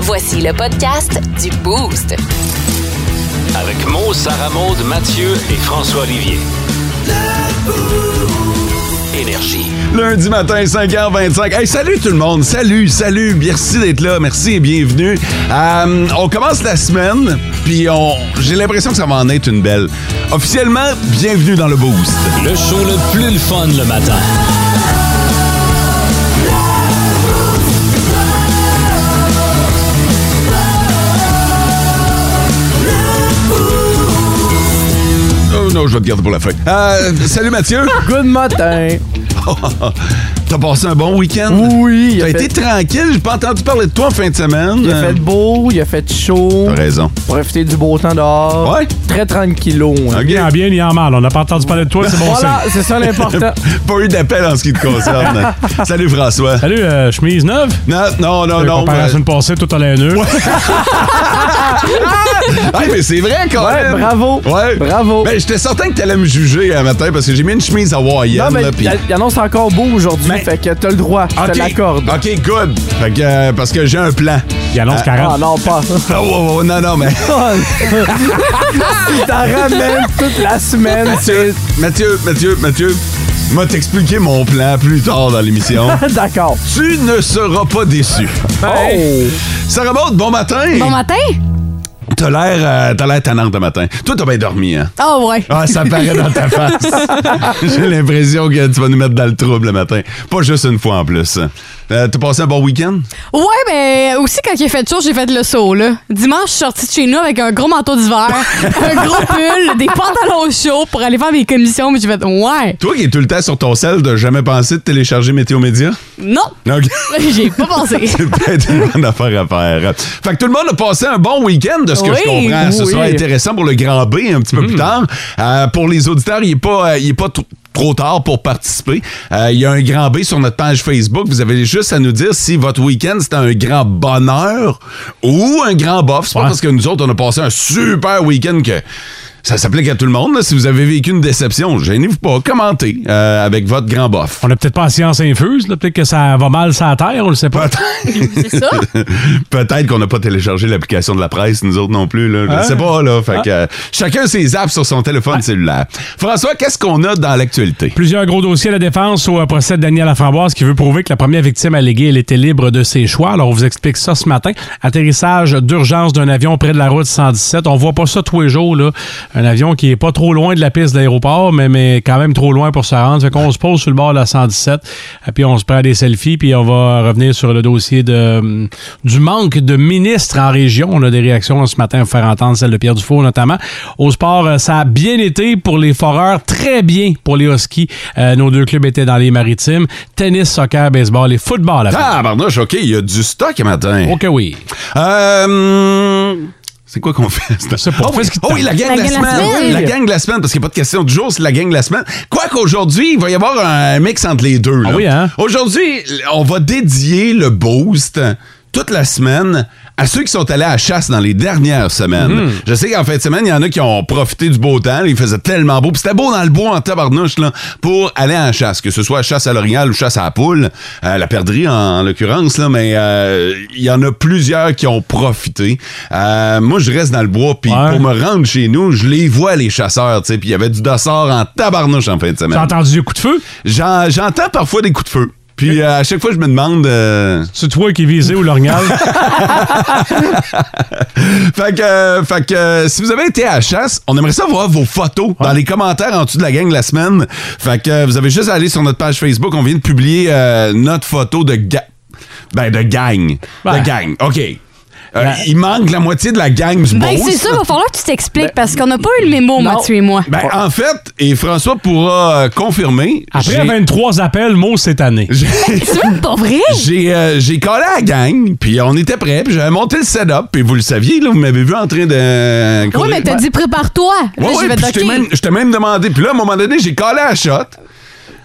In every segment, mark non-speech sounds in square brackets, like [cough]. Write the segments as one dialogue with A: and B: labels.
A: Voici le podcast du Boost.
B: Avec Mo, Sarah Maud, Mathieu et François Olivier. Énergie.
C: Lundi matin, 5h25. Hey, salut tout le monde. Salut, salut. Merci d'être là. Merci et bienvenue. Euh, on commence la semaine, puis on... j'ai l'impression que ça va en être une belle. Officiellement, bienvenue dans le Boost.
B: Le show le plus le fun le matin.
C: Oh non, je vais te garder pour la fin. Euh, salut Mathieu.
D: Good matin.
C: [laughs] T'as passé un bon week-end?
D: Oui, il a
C: T'as
D: fait-
C: été tranquille. J'ai pas entendu parler de toi en fin de semaine. euh,
D: Il a fait beau, il a fait chaud.
C: T'as raison.
D: Profiter du beau temps dehors.
C: Ouais.
D: Très tranquillo. hein.
C: OK.
E: Ni en bien ni en mal. On n'a pas entendu parler de toi, c'est bon
D: Voilà,
E: signe.
D: c'est ça
E: [laughs]
D: l'important.
C: Pas eu d'appel en ce qui te
D: [laughs]
C: concerne. salut François.
E: Salut, euh, chemise neuve.
C: Non, non, non, non.
E: Comparé à la
C: euh,
E: semaine passée, tout à l'année.
C: Ah, mais c'est vrai, quand
D: Ouais,
C: même.
D: bravo.
C: Ouais.
D: Bravo.
C: Ben, j'étais certain que t'allais me juger un matin parce que j'ai mis une chemise hawaïenne.
D: non, mais
C: là, puis-
D: il il annonce encore beau aujourd'hui,
C: Mais-
D: fait que t'as le droit, je
C: Ok.
D: te l'accorde.
C: OK, good. Fait que, euh, parce que j'ai un plan. Euh,
E: Il annonce
D: Ah
E: 40.
D: non,
C: [laughs]
D: pas ça.
C: Oh, oh, oh, non,
D: [laughs]
C: non, mais. [laughs]
D: Il t'en ramène toute la semaine.
C: Mathieu, Mathieu, Mathieu, Mathieu. M'a t'expliquer mon plan plus tard dans l'émission.
D: c'est- [laughs] D'accord.
C: tu ne seras pas déçu. Oh.
D: Hey.
C: Sarah Maud, bon matin.
F: Bon matin?
C: T'as l'air, euh, t'as l'air tannante le matin. Toi, t'as bien dormi, hein?
F: Ah ouais.
C: Ah, ça paraît dans ta
F: [laughs]
C: face. J'ai l'impression que tu vas nous mettre dans le trouble le matin. Pas juste une fois en plus. Euh, T'as passé un bon week-end?
F: Ouais, mais aussi quand il a fait chaud, j'ai fait le saut, là. Dimanche, je suis sortie de chez nous avec un gros manteau
C: [laughs]
F: d'hiver, un gros pull, des pantalons chauds pour aller faire mes commissions, mais j'ai fait ouais.
C: Toi qui es tout le temps sur ton sel, t'as jamais pensé de télécharger Météo Média?
F: Non, [laughs]
C: Donc,
F: j'ai pas pensé.
C: [laughs] c'est peut-être une bonne affaire à faire. Fait que tout le monde a passé un bon week-end, de ce que
F: Oui,
C: je comprends. Ce
D: oui.
C: sera intéressant pour le Grand B un petit peu
E: Hmm.
C: plus tard. Euh, pour les auditeurs, il n'est pas, euh, il est pas tr- trop tard pour participer. Euh, il y a un Grand B sur notre page Facebook. Vous avez juste à nous dire si votre week-end, c'était un grand bonheur ou un grand bof. C'est pas
E: Ouais.
C: parce que nous autres, on a passé un super week-end que... Ça s'applique à tout le monde. là. Si vous avez vécu une déception, gênez-vous pas. Commentez euh, avec votre grand bof.
E: On n'a peut-être pas en science infuse. là. Peut-être que ça va mal sur la terre, on le sait pas.
F: C'est ça?
C: [laughs] Peut-être qu'on n'a pas téléchargé l'application de la presse, nous autres non plus. Là. Je
E: Hein?
C: ne sais pas. Là.
E: Ah.
C: Fait que, euh, chacun ses apps sur son téléphone cellulaire. François, qu'est-ce qu'on a dans l'actualité?
E: Plusieurs gros dossiers à la défense au euh, procès de Daniel Laframboise qui veut prouver que la première victime alléguée, elle était libre de ses choix. Alors, on vous explique ça ce matin. Atterrissage d'urgence d'un avion près de la route 117. On voit pas ça tous les jours, là. Un avion qui est pas trop loin de la piste d'aéroport, mais, mais quand même trop loin pour se rendre. Fait qu'on se pose sur le bord de la 117, et puis on se prend des selfies, puis on va revenir sur le dossier de, euh, du manque de ministres en région. On a des réactions ce matin à vous faire entendre, celle de Pierre Dufour notamment. Au sport, euh, ça a bien été pour les foreurs, très bien pour les Huskies. Euh, nos deux clubs étaient dans les maritimes. Tennis, soccer, baseball et football. à
C: Ah, barnouche, OK, il y a du stock matin.
E: Ok, oui.
C: Euh, c'est quoi qu'on fait? Je
E: sais pas.
C: Oh, oui,
E: Qu'est-ce qui te
C: oh oui, la gang de la, semaine.
F: semaine.
C: La gang de la semaine, parce qu'il n'y a pas de question du jour, c'est la gang de la semaine. Quoi qu'aujourd'hui, il va y avoir un mix entre les deux.
E: Ah
C: là.
E: oui, hein?
C: Aujourd'hui, on va dédier le boost toute la semaine à ceux qui sont allés à la chasse dans les dernières semaines.
E: Hmm.
C: Je sais qu'en fin de semaine, il y en a qui ont profité du beau temps. là, Il faisait tellement beau. Puis c'était beau dans le bois en tabarnouche là, pour aller à la chasse, que ce soit chasse à l'orignal ou chasse à la poule, euh, la perdrix en, en l'occurrence. là, Mais euh, il y en a plusieurs qui ont profité. Euh, moi, je reste dans le bois. Puis
E: Ouais.
C: pour me rendre chez nous, je les vois, les chasseurs. tu sais, Puis il y avait du dossard en tabarnouche en fin de
E: T'as
C: semaine.
E: entendu des coups de feu?
C: J'en- J'entends parfois des coups de feu. Puis euh, à chaque fois, je me demande... euh,
E: C'est toi qui est visé ou
C: [laughs]
E: l'orignal?
C: Fait que, euh, fait que euh, si vous avez été à la chasse, on aimerait savoir vos photos dans les commentaires en dessous de la gang la semaine. Fait que euh, vous avez juste à aller sur notre page Facebook. On vient de publier euh, notre photo de ga- ben de gang,
E: Ouais.
C: de gang. Ok. Euh,
E: La-
C: Il manque la moitié de la gang du
F: Ben,
C: boss.
F: c'est ça, va falloir que tu t'expliques parce qu'on n'a pas eu le mémo,
D: Non.
F: Mathieu et moi.
C: Ben, en fait, et François pourra euh, confirmer.
E: Après
C: j'ai-
E: 23 appels, Mo, cette année.
F: [laughs]
C: j'ai-
F: C'est même pas vrai?
C: [laughs] J'ai euh, j'ai collé à la gang, puis on était prêts, puis j'avais monté le setup, puis vous le saviez, là, vous m'avez vu en train de.
F: Oui,
C: courir.
F: mais t'as dit prépare-toi. Là,
C: Ouais, ouais,
F: j'ai
C: puis
F: fait,
C: je t'ai
F: OK.
C: même, je t'ai même demandé. Puis là, à un moment donné, j'ai collé à la shot.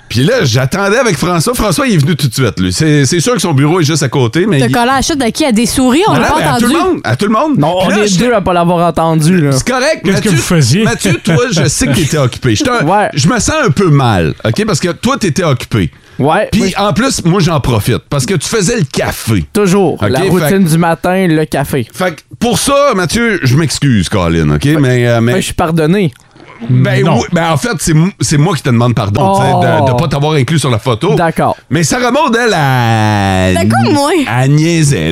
C: Puis là, j'attendais avec François. François, il est venu tout de suite, lui. C'est c'est sûr que son bureau est juste à côté, mais.
F: T'as
C: il-
F: collé à la chute de qui? À des souris? On
C: Non,
F: l'a
C: non, mais
F: pas
C: à tout
F: entendu.
C: le monde. À tout le monde.
D: Non, on
C: Puis là,
D: est
C: j'étais-
D: deux à pas l'avoir entendu. Là.
C: C'est correct.
E: Qu'est-ce
C: Mathieu-
E: que vous faisiez?
C: Mathieu, toi, je sais que t'étais occupé. J'étais un-
D: Ouais.
C: Je me sens un peu mal, OK? Parce que toi, t'étais occupé.
D: Ouais.
C: Puis
D: moi,
C: en plus, moi, j'en profite parce que tu faisais le café.
D: Toujours.
C: Ok,
D: la
C: fait-
D: routine du matin, le café.
C: Fait que pour ça, Mathieu, je m'excuse, Colin, OK? Mais, euh, mais-
D: Moi, je suis pardonné.
C: ben,
E: non.
C: oui, ben, en fait, c'est, m- c'est moi qui te demande pardon
D: Oh.
C: tu sais, de ne pas t'avoir inclus sur la photo.
D: D'accord.
C: Mais Sarah Maud, elle, elle,
F: T'as Ben, comme moi.
C: Elle niaisait,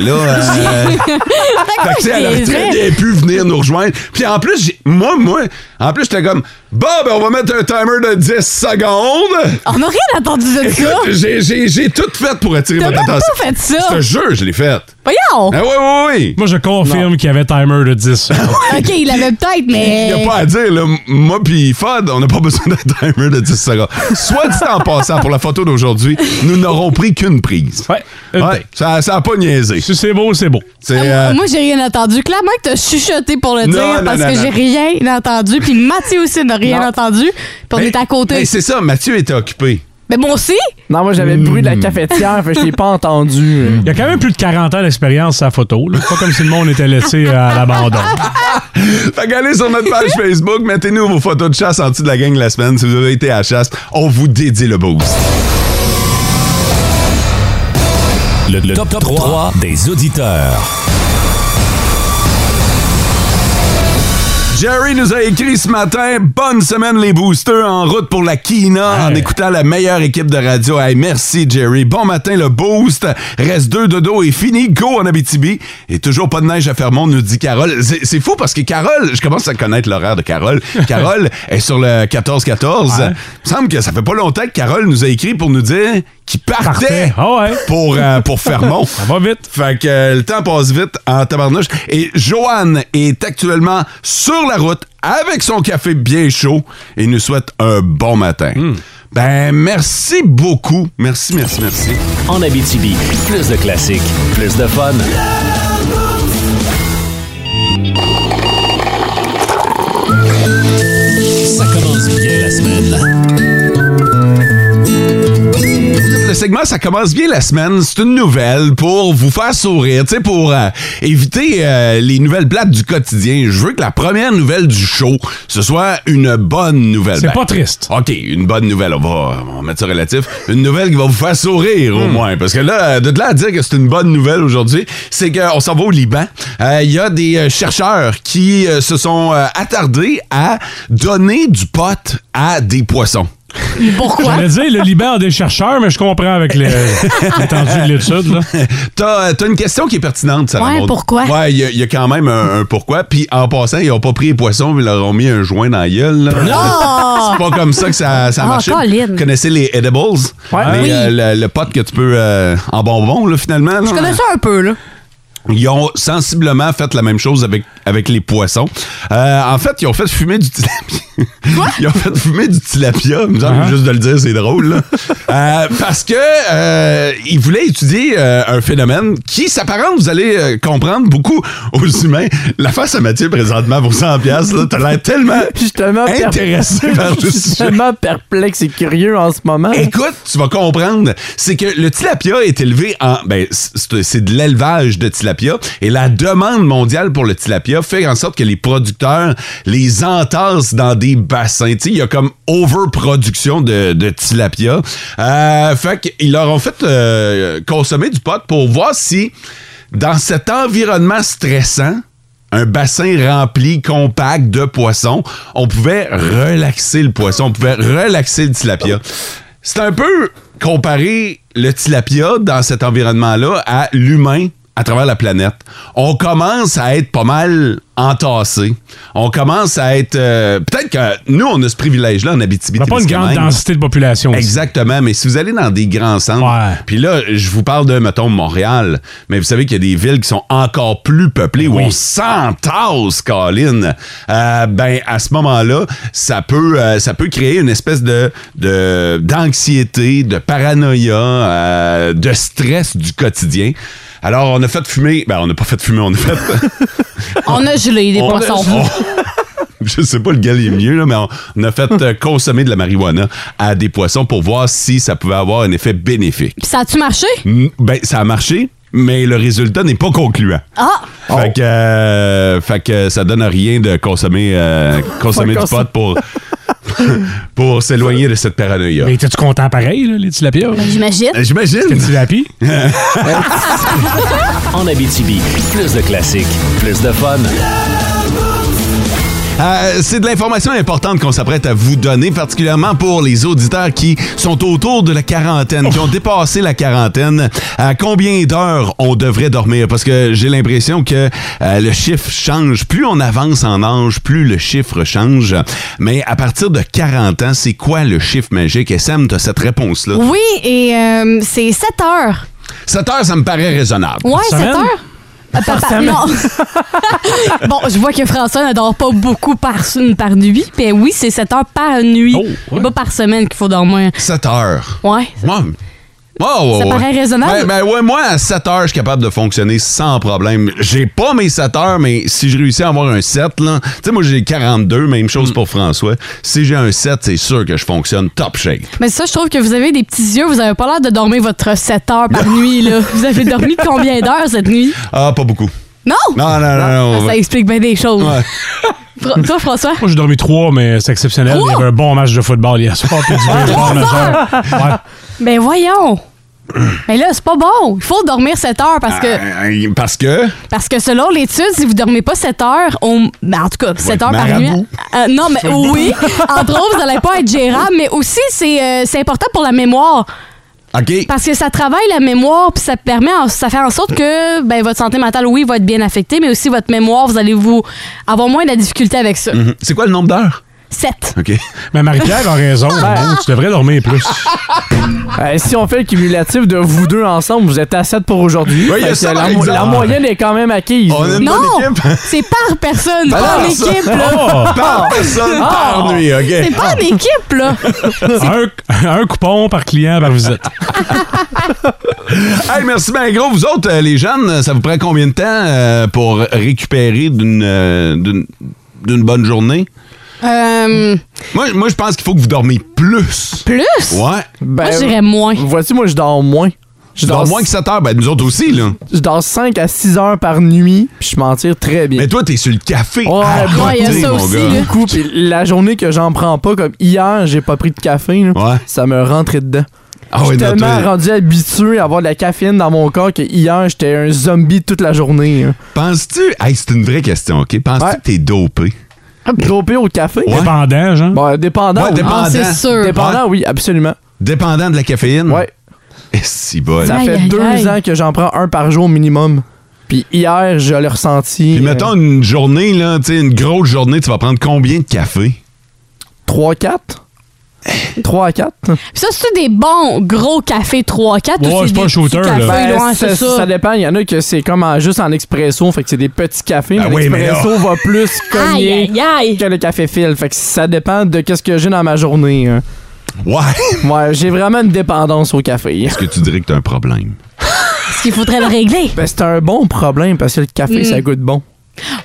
F: [laughs]
C: là. euh, fait que, tu sais, elle aurait très bien pu venir nous rejoindre. Puis en plus, j'ai- moi, moi, en plus, j'étais comme, bon, ben, on va mettre un timer de 10 secondes.
F: On n'a rien attendu de ça.
C: Écoute, j'ai, j'ai, j'ai tout fait pour attirer
F: T'as
C: votre
F: même pas
C: attention.
F: fait ça.
C: Je te jure, je l'ai fait.
F: Voyons.
C: Ah, oui, oui, oui.
E: Moi, je confirme qu'il y avait timer de 10
C: [laughs]
E: secondes.
F: [laughs] OK, il l'avait peut-être,
C: Il
F: mais...
C: n'y a pas à dire, là, moi puis Fod, on n'a pas [laughs] besoin d'un timer de 10 secondes. Soit dit en passant, pour la photo d'aujourd'hui, nous n'aurons pris qu'une prise.
E: Ouais, une
C: Ouais,
E: take.
C: ça n'a pas niaisé.
E: Si c'est beau, c'est beau.
C: C'est,
F: Ah,
C: euh,
F: Moi, j'ai rien entendu. Clairement que t'as chuchoté pour le
C: Non,
F: dire
C: non,
F: parce
C: non,
F: que
C: non.
F: j'ai rien entendu. Puis Mathieu aussi n'a rien
D: Non.
F: entendu. Puis on
C: mais-
F: est à côté.
C: mais c'est ça, Mathieu était occupé.
F: Mais bon, aussi,
D: Non, moi, j'avais le bruit de la cafetière, fait que je l'ai pas entendu.
E: Hmm. Il y a quand même plus de 40 ans d'expérience sur la photo. là. C'est pas comme si le monde était laissé à l'abandon.
C: Fait qu'allez sur notre page Facebook, mettez-nous vos photos de chasse en dessous de la gang de la semaine. Si vous avez été à la chasse, on vous dédie le boost.
B: Le, le top, 3, des auditeurs.
C: Jerry nous a écrit ce matin Bonne semaine, les boosters, en route pour la Kina, en
E: Ouais.
C: écoutant la meilleure équipe de radio. Hey, merci, Jerry. Bon matin, le boost. Reste deux dodo et fini. Go en Abitibi. Et toujours pas de neige à Fermont, nous dit Carole. C'est c'est fou parce que Carole, je commence à connaître l'horaire
E: [laughs]
C: de Carole. Carole est sur le 14-14.
E: Ouais.
C: Il me semble que ça fait pas longtemps que Carole nous a écrit pour nous dire qu'il partait
E: Parfait. Ah ouais.
C: pour,
E: [laughs]
C: euh, pour Fermont.
E: Ça va vite.
C: Fait que euh, le temps passe vite en tabarnouche. Et Joanne est actuellement sur la route avec son café bien chaud et nous souhaite un bon matin.
E: Hmm.
C: Ben, merci beaucoup. Merci, merci, merci.
B: En Abitibi, plus de classiques, plus de fun. Ça commence bien la semaine.
C: Le segment, ça commence bien la semaine. C'est une nouvelle pour vous faire sourire, tu sais, pour euh, éviter euh, les nouvelles plates du quotidien. Je veux que la première nouvelle du show, ce soit une bonne nouvelle.
E: C'est
C: Ben,
E: pas triste.
C: OK, une bonne nouvelle. On va, on va mettre ça relatif. Une nouvelle qui va vous faire sourire,
E: Hmm.
C: au moins. Parce que là, de là à dire que c'est une bonne nouvelle aujourd'hui, c'est qu'on s'en va au Liban. Euh, Il y a des euh, chercheurs qui euh, se sont euh, attardés à donner du pot à des poissons.
F: pourquoi?
E: J'allais dire, le Liban a des chercheurs, mais je comprends avec
C: [laughs]
E: les- l'étendue de l'étude. là.
C: T'as euh, t'as une question qui est pertinente, ça.
F: Ouais, pourquoi?
C: Ouais, il y, a- il y a quand même un, un pourquoi. Puis en passant, ils ont pas pris les poissons, mais ils leur ont mis un joint dans la gueule. là.
F: Oh!
C: [laughs] C'est pas comme ça que ça, ça a
F: Ah,
C: marché.
F: Colin.
C: Vous connaissez les edibles?
D: Ouais.
C: Les,
D: Oui.
C: euh, le, le pot que tu peux euh, en bonbon, là, finalement. là.
F: Je connais ça un peu, là.
C: Ils ont sensiblement fait la même chose avec, avec les poissons. Euh, en fait, ils ont fait fumer du tilapia. [laughs] ils ont fait fumer du tilapia. Il me semble
E: Uh-huh.
C: juste de le dire, c'est drôle. là. Euh, parce que euh, ils voulaient étudier euh, un phénomène qui s'apparente, vous allez euh, comprendre beaucoup aux humains. La face à Mathieu présentement pour 100 pièces, t'as l'air tellement
D: Justement, per-
C: intéressé par le
D: [laughs] Je suis
C: sujet.
D: tellement perplexe et curieux en ce moment.
C: Écoute, tu vas comprendre. C'est que le tilapia est élevé en. Ben, c'est c'est de l'élevage de tilapia. Et la demande mondiale pour le tilapia fait en sorte que les producteurs les entassent dans des bassins. Tu sais, il y a comme overproduction de, de tilapia. Euh, fait qu'ils leur ont fait euh, consommer du pot pour voir si, dans cet environnement stressant, un bassin rempli, compact de poissons. On pouvait relaxer le poisson, on pouvait relaxer le tilapia. C'est un peu comparer le tilapia dans cet environnement-là à l'humain à travers la planète. On commence à être pas mal entassé. On commence à être... euh, Peut-être que nous, on a ce privilège-là en
E: On n'a pas une grande
C: Abitibi-Témiscamingue.
E: densité de population. aussi.
C: Exactement, mais si vous allez dans des grands centres,
E: Ouais.
C: puis là, je vous parle de, mettons, Montréal, mais vous savez qu'il y a des villes qui sont encore plus peuplées, où
E: Oui.
C: on s'entasse, Colin. Euh, ben, à ce moment-là, ça peut, euh, ça peut créer une espèce de de- d'anxiété, de, paranoïa, euh, de stress du quotidien. Alors, on a fait fumer... Ben, on n'a pas fait fumer, on a fait...
F: On a gelé des
C: On-
F: poissons.
C: on- Oh. [laughs] je sais pas lequel est mieux, là, mais on, on a fait euh, consommer de la marijuana à des poissons pour voir si ça pouvait avoir un effet bénéfique.
F: Puis ça a-tu marché?
C: Mm, Ben, ça a marché, mais le résultat n'est pas concluant.
F: Ah!
C: Fait, que, euh, fait que ça donne rien de consommer, euh, consommer du pot pour [laughs] pour s'éloigner de cette paranoïa.
E: Mais t'es-tu content pareil, là, les tilapias?
F: Ben, J'imagine.
C: Euh, J'imagine. [laughs]
E: T'es tilapie?
B: En Abitibi, plus de classiques, plus de fun.
C: Euh, c'est de l'information importante qu'on s'apprête à vous donner, particulièrement pour les auditeurs qui sont autour de la quarantaine, qui ont dépassé la quarantaine. À combien d'heures on devrait dormir? Parce que j'ai l'impression que euh, le chiffre change. Plus on avance en âge, plus le chiffre change. Mais à partir de 40 ans, c'est quoi le chiffre magique? Et Sam, t'as cette réponse-là.
F: Oui, et euh, c'est 7 heures.
C: 7 heures, ça me paraît raisonnable.
F: Ouais, 7
E: semaine?
F: heures. Ah, par- par- non. [laughs] bon, je vois que François ne dort pas beaucoup par, se- par nuit. Ben oui, c'est 7 heures par nuit.
E: Oh, ouais.
F: Pas par semaine qu'il faut dormir.
C: 7 heures.
F: Ouais.
C: Ouais. Ouais, ouais,
F: Ça
C: ouais.
F: paraît raisonnable?
C: Ben, ben ouais, moi, à 7 heures, je suis capable de fonctionner sans problème. J'ai pas mes 7 heures, mais si je réussis à avoir un 7, là, tu sais, moi, j'ai 42, même chose
F: Mm.
C: pour François. Si j'ai un 7, c'est sûr que je fonctionne top shape.
F: Mais ça, je trouve que vous avez des petits yeux. Vous avez pas l'air de dormir votre 7 heures par nuit. Là. Vous avez dormi combien d'heures cette nuit?
C: Ah, pas beaucoup.
F: Non!
C: Non, non, non, non.
F: Ça explique bien des choses.
C: Ouais.
F: Fra- toi, François?
E: Moi, j'ai dormi trois, mais c'est exceptionnel.
F: Trois? Ah,
E: Il y avait un bon match de football hier soir, puis du deux
F: Trois
E: grandes majeurs. Ouais.
F: Ben voyons! Mais là, c'est pas bon. Il faut dormir 7 heures parce que,
C: Euh, euh, parce que.
F: parce que selon l'étude, si vous dormez pas 7 heures, on, ben en tout cas, 7
C: être
F: heures par nuit.
C: marabout.
F: Euh, non,
C: [laughs]
F: mais oui. [laughs] Entre autres, vous n'allez pas être gérable, mais aussi, c'est euh, c'est important pour la mémoire.
C: OK.
F: Parce que ça travaille la mémoire, puis ça permet, en- ça fait en sorte que ben, votre santé mentale, oui, va être bien affectée, mais aussi votre mémoire, vous allez vous avoir moins de la difficulté avec ça.
C: Mhm. C'est quoi le nombre d'heures?
F: 7.
C: OK.
E: Mais Marie-Pierre a
D: [laughs]
E: raison. non, tu devrais dormir plus.
D: Euh, si on fait le cumulatif de vous deux ensemble, vous êtes à 7 pour aujourd'hui.
C: Oui, il y a
D: Fait que
C: ça, par
D: la, mo-
C: exemple.
D: la moyenne est quand même acquise.
C: On a une
F: Non!
C: bonne équipe. [laughs]
F: C'est par personne,
C: Ben
F: pas en
C: non, ça-
F: équipe, là.
E: Oh!
D: Ah!
C: Par personne, par nuit, OK.
F: Oh. C'est pas en équipe,
C: [laughs]
F: là.
E: [laughs] un, un coupon par client par visite.
C: Hey, merci bien gros. Vous autres, euh, les jeunes, ça vous prend combien de temps euh, pour récupérer d'une euh, d'une d'une bonne journée?
D: Ah!
F: Euh,
C: Moi, moi je pense qu'il faut que vous dormiez plus.
F: plus?
C: Ouais.
D: Ben,
F: Moi, je dirais moins.
D: Voici, moi, je dors moins. Je
C: Tu dors moins que 7 heures. Ben, nous autres aussi, là.
D: je dors 5 à 6 heures par nuit, puis je m'en tire très bien.
C: Mais toi, t'es sur le café.
D: Ouais,
C: à
D: ouais,
C: côté,
F: il y a ça
C: mon
F: aussi,
C: gars.
F: là.
D: Beaucoup, puis la journée que j'en prends pas, comme hier, j'ai pas pris de café, là,
C: Ouais.
D: ça me rentrait dedans.
C: Ah oui,
D: J'étais
C: non,
D: tellement
C: toi,
D: rendu habitué à avoir de la caféine dans mon corps que hier, j'étais un zombie toute la journée. hein.
C: Penses-tu. Hey, c'est une vraie question, OK? Penses-tu
D: Ouais.
C: que t'es dopé?
D: Dopé au café?
C: Ouais.
E: Dépendant, genre.
D: Bon, dépendant,
C: Ouais,
D: oui.
C: dépendant.
F: Ah, c'est sûr.
D: Dépendant, oui, absolument.
C: Dépendant de la caféine? Eh,
D: Ouais.
C: Si bol.
D: Ça
F: Aïe,
D: fait
F: aïe,
D: deux
F: aïe.
D: ans que j'en prends un par jour minimum. Puis hier, je l'ai ressenti.
C: Puis
D: euh,
C: mettons une journée, là, tu sais, une grosse journée, tu vas prendre combien de café?
D: 3-4. 3 à 4.
F: Puis ça, c'est des bons gros cafés 3-4
E: Ouais,
F: ou
E: c'est
F: Ah, des
E: pas un shooter,
F: petits cafés,
E: là.
F: ouais,
D: Ben, ça,
F: c'est ça.
D: ça dépend. Il y en a que c'est comme en- juste en expresso. Fait que c'est des petits cafés.
C: Ah
D: mais
C: oui, mais
D: l'expresso va plus
F: [laughs] Aïe,
D: cogner
F: aïe, aïe.
D: que le café fil. Fait que ça dépend de qu'est-ce que j'ai dans ma journée. hein.
C: Ouais.
D: Ouais, j'ai vraiment une dépendance au café.
C: Est-ce que tu dirais que t'as un problème?
F: Est-ce qu'il faudrait le régler?
D: Ben, c'est un bon problème parce que le café,
F: Mm.
D: ça goûte bon.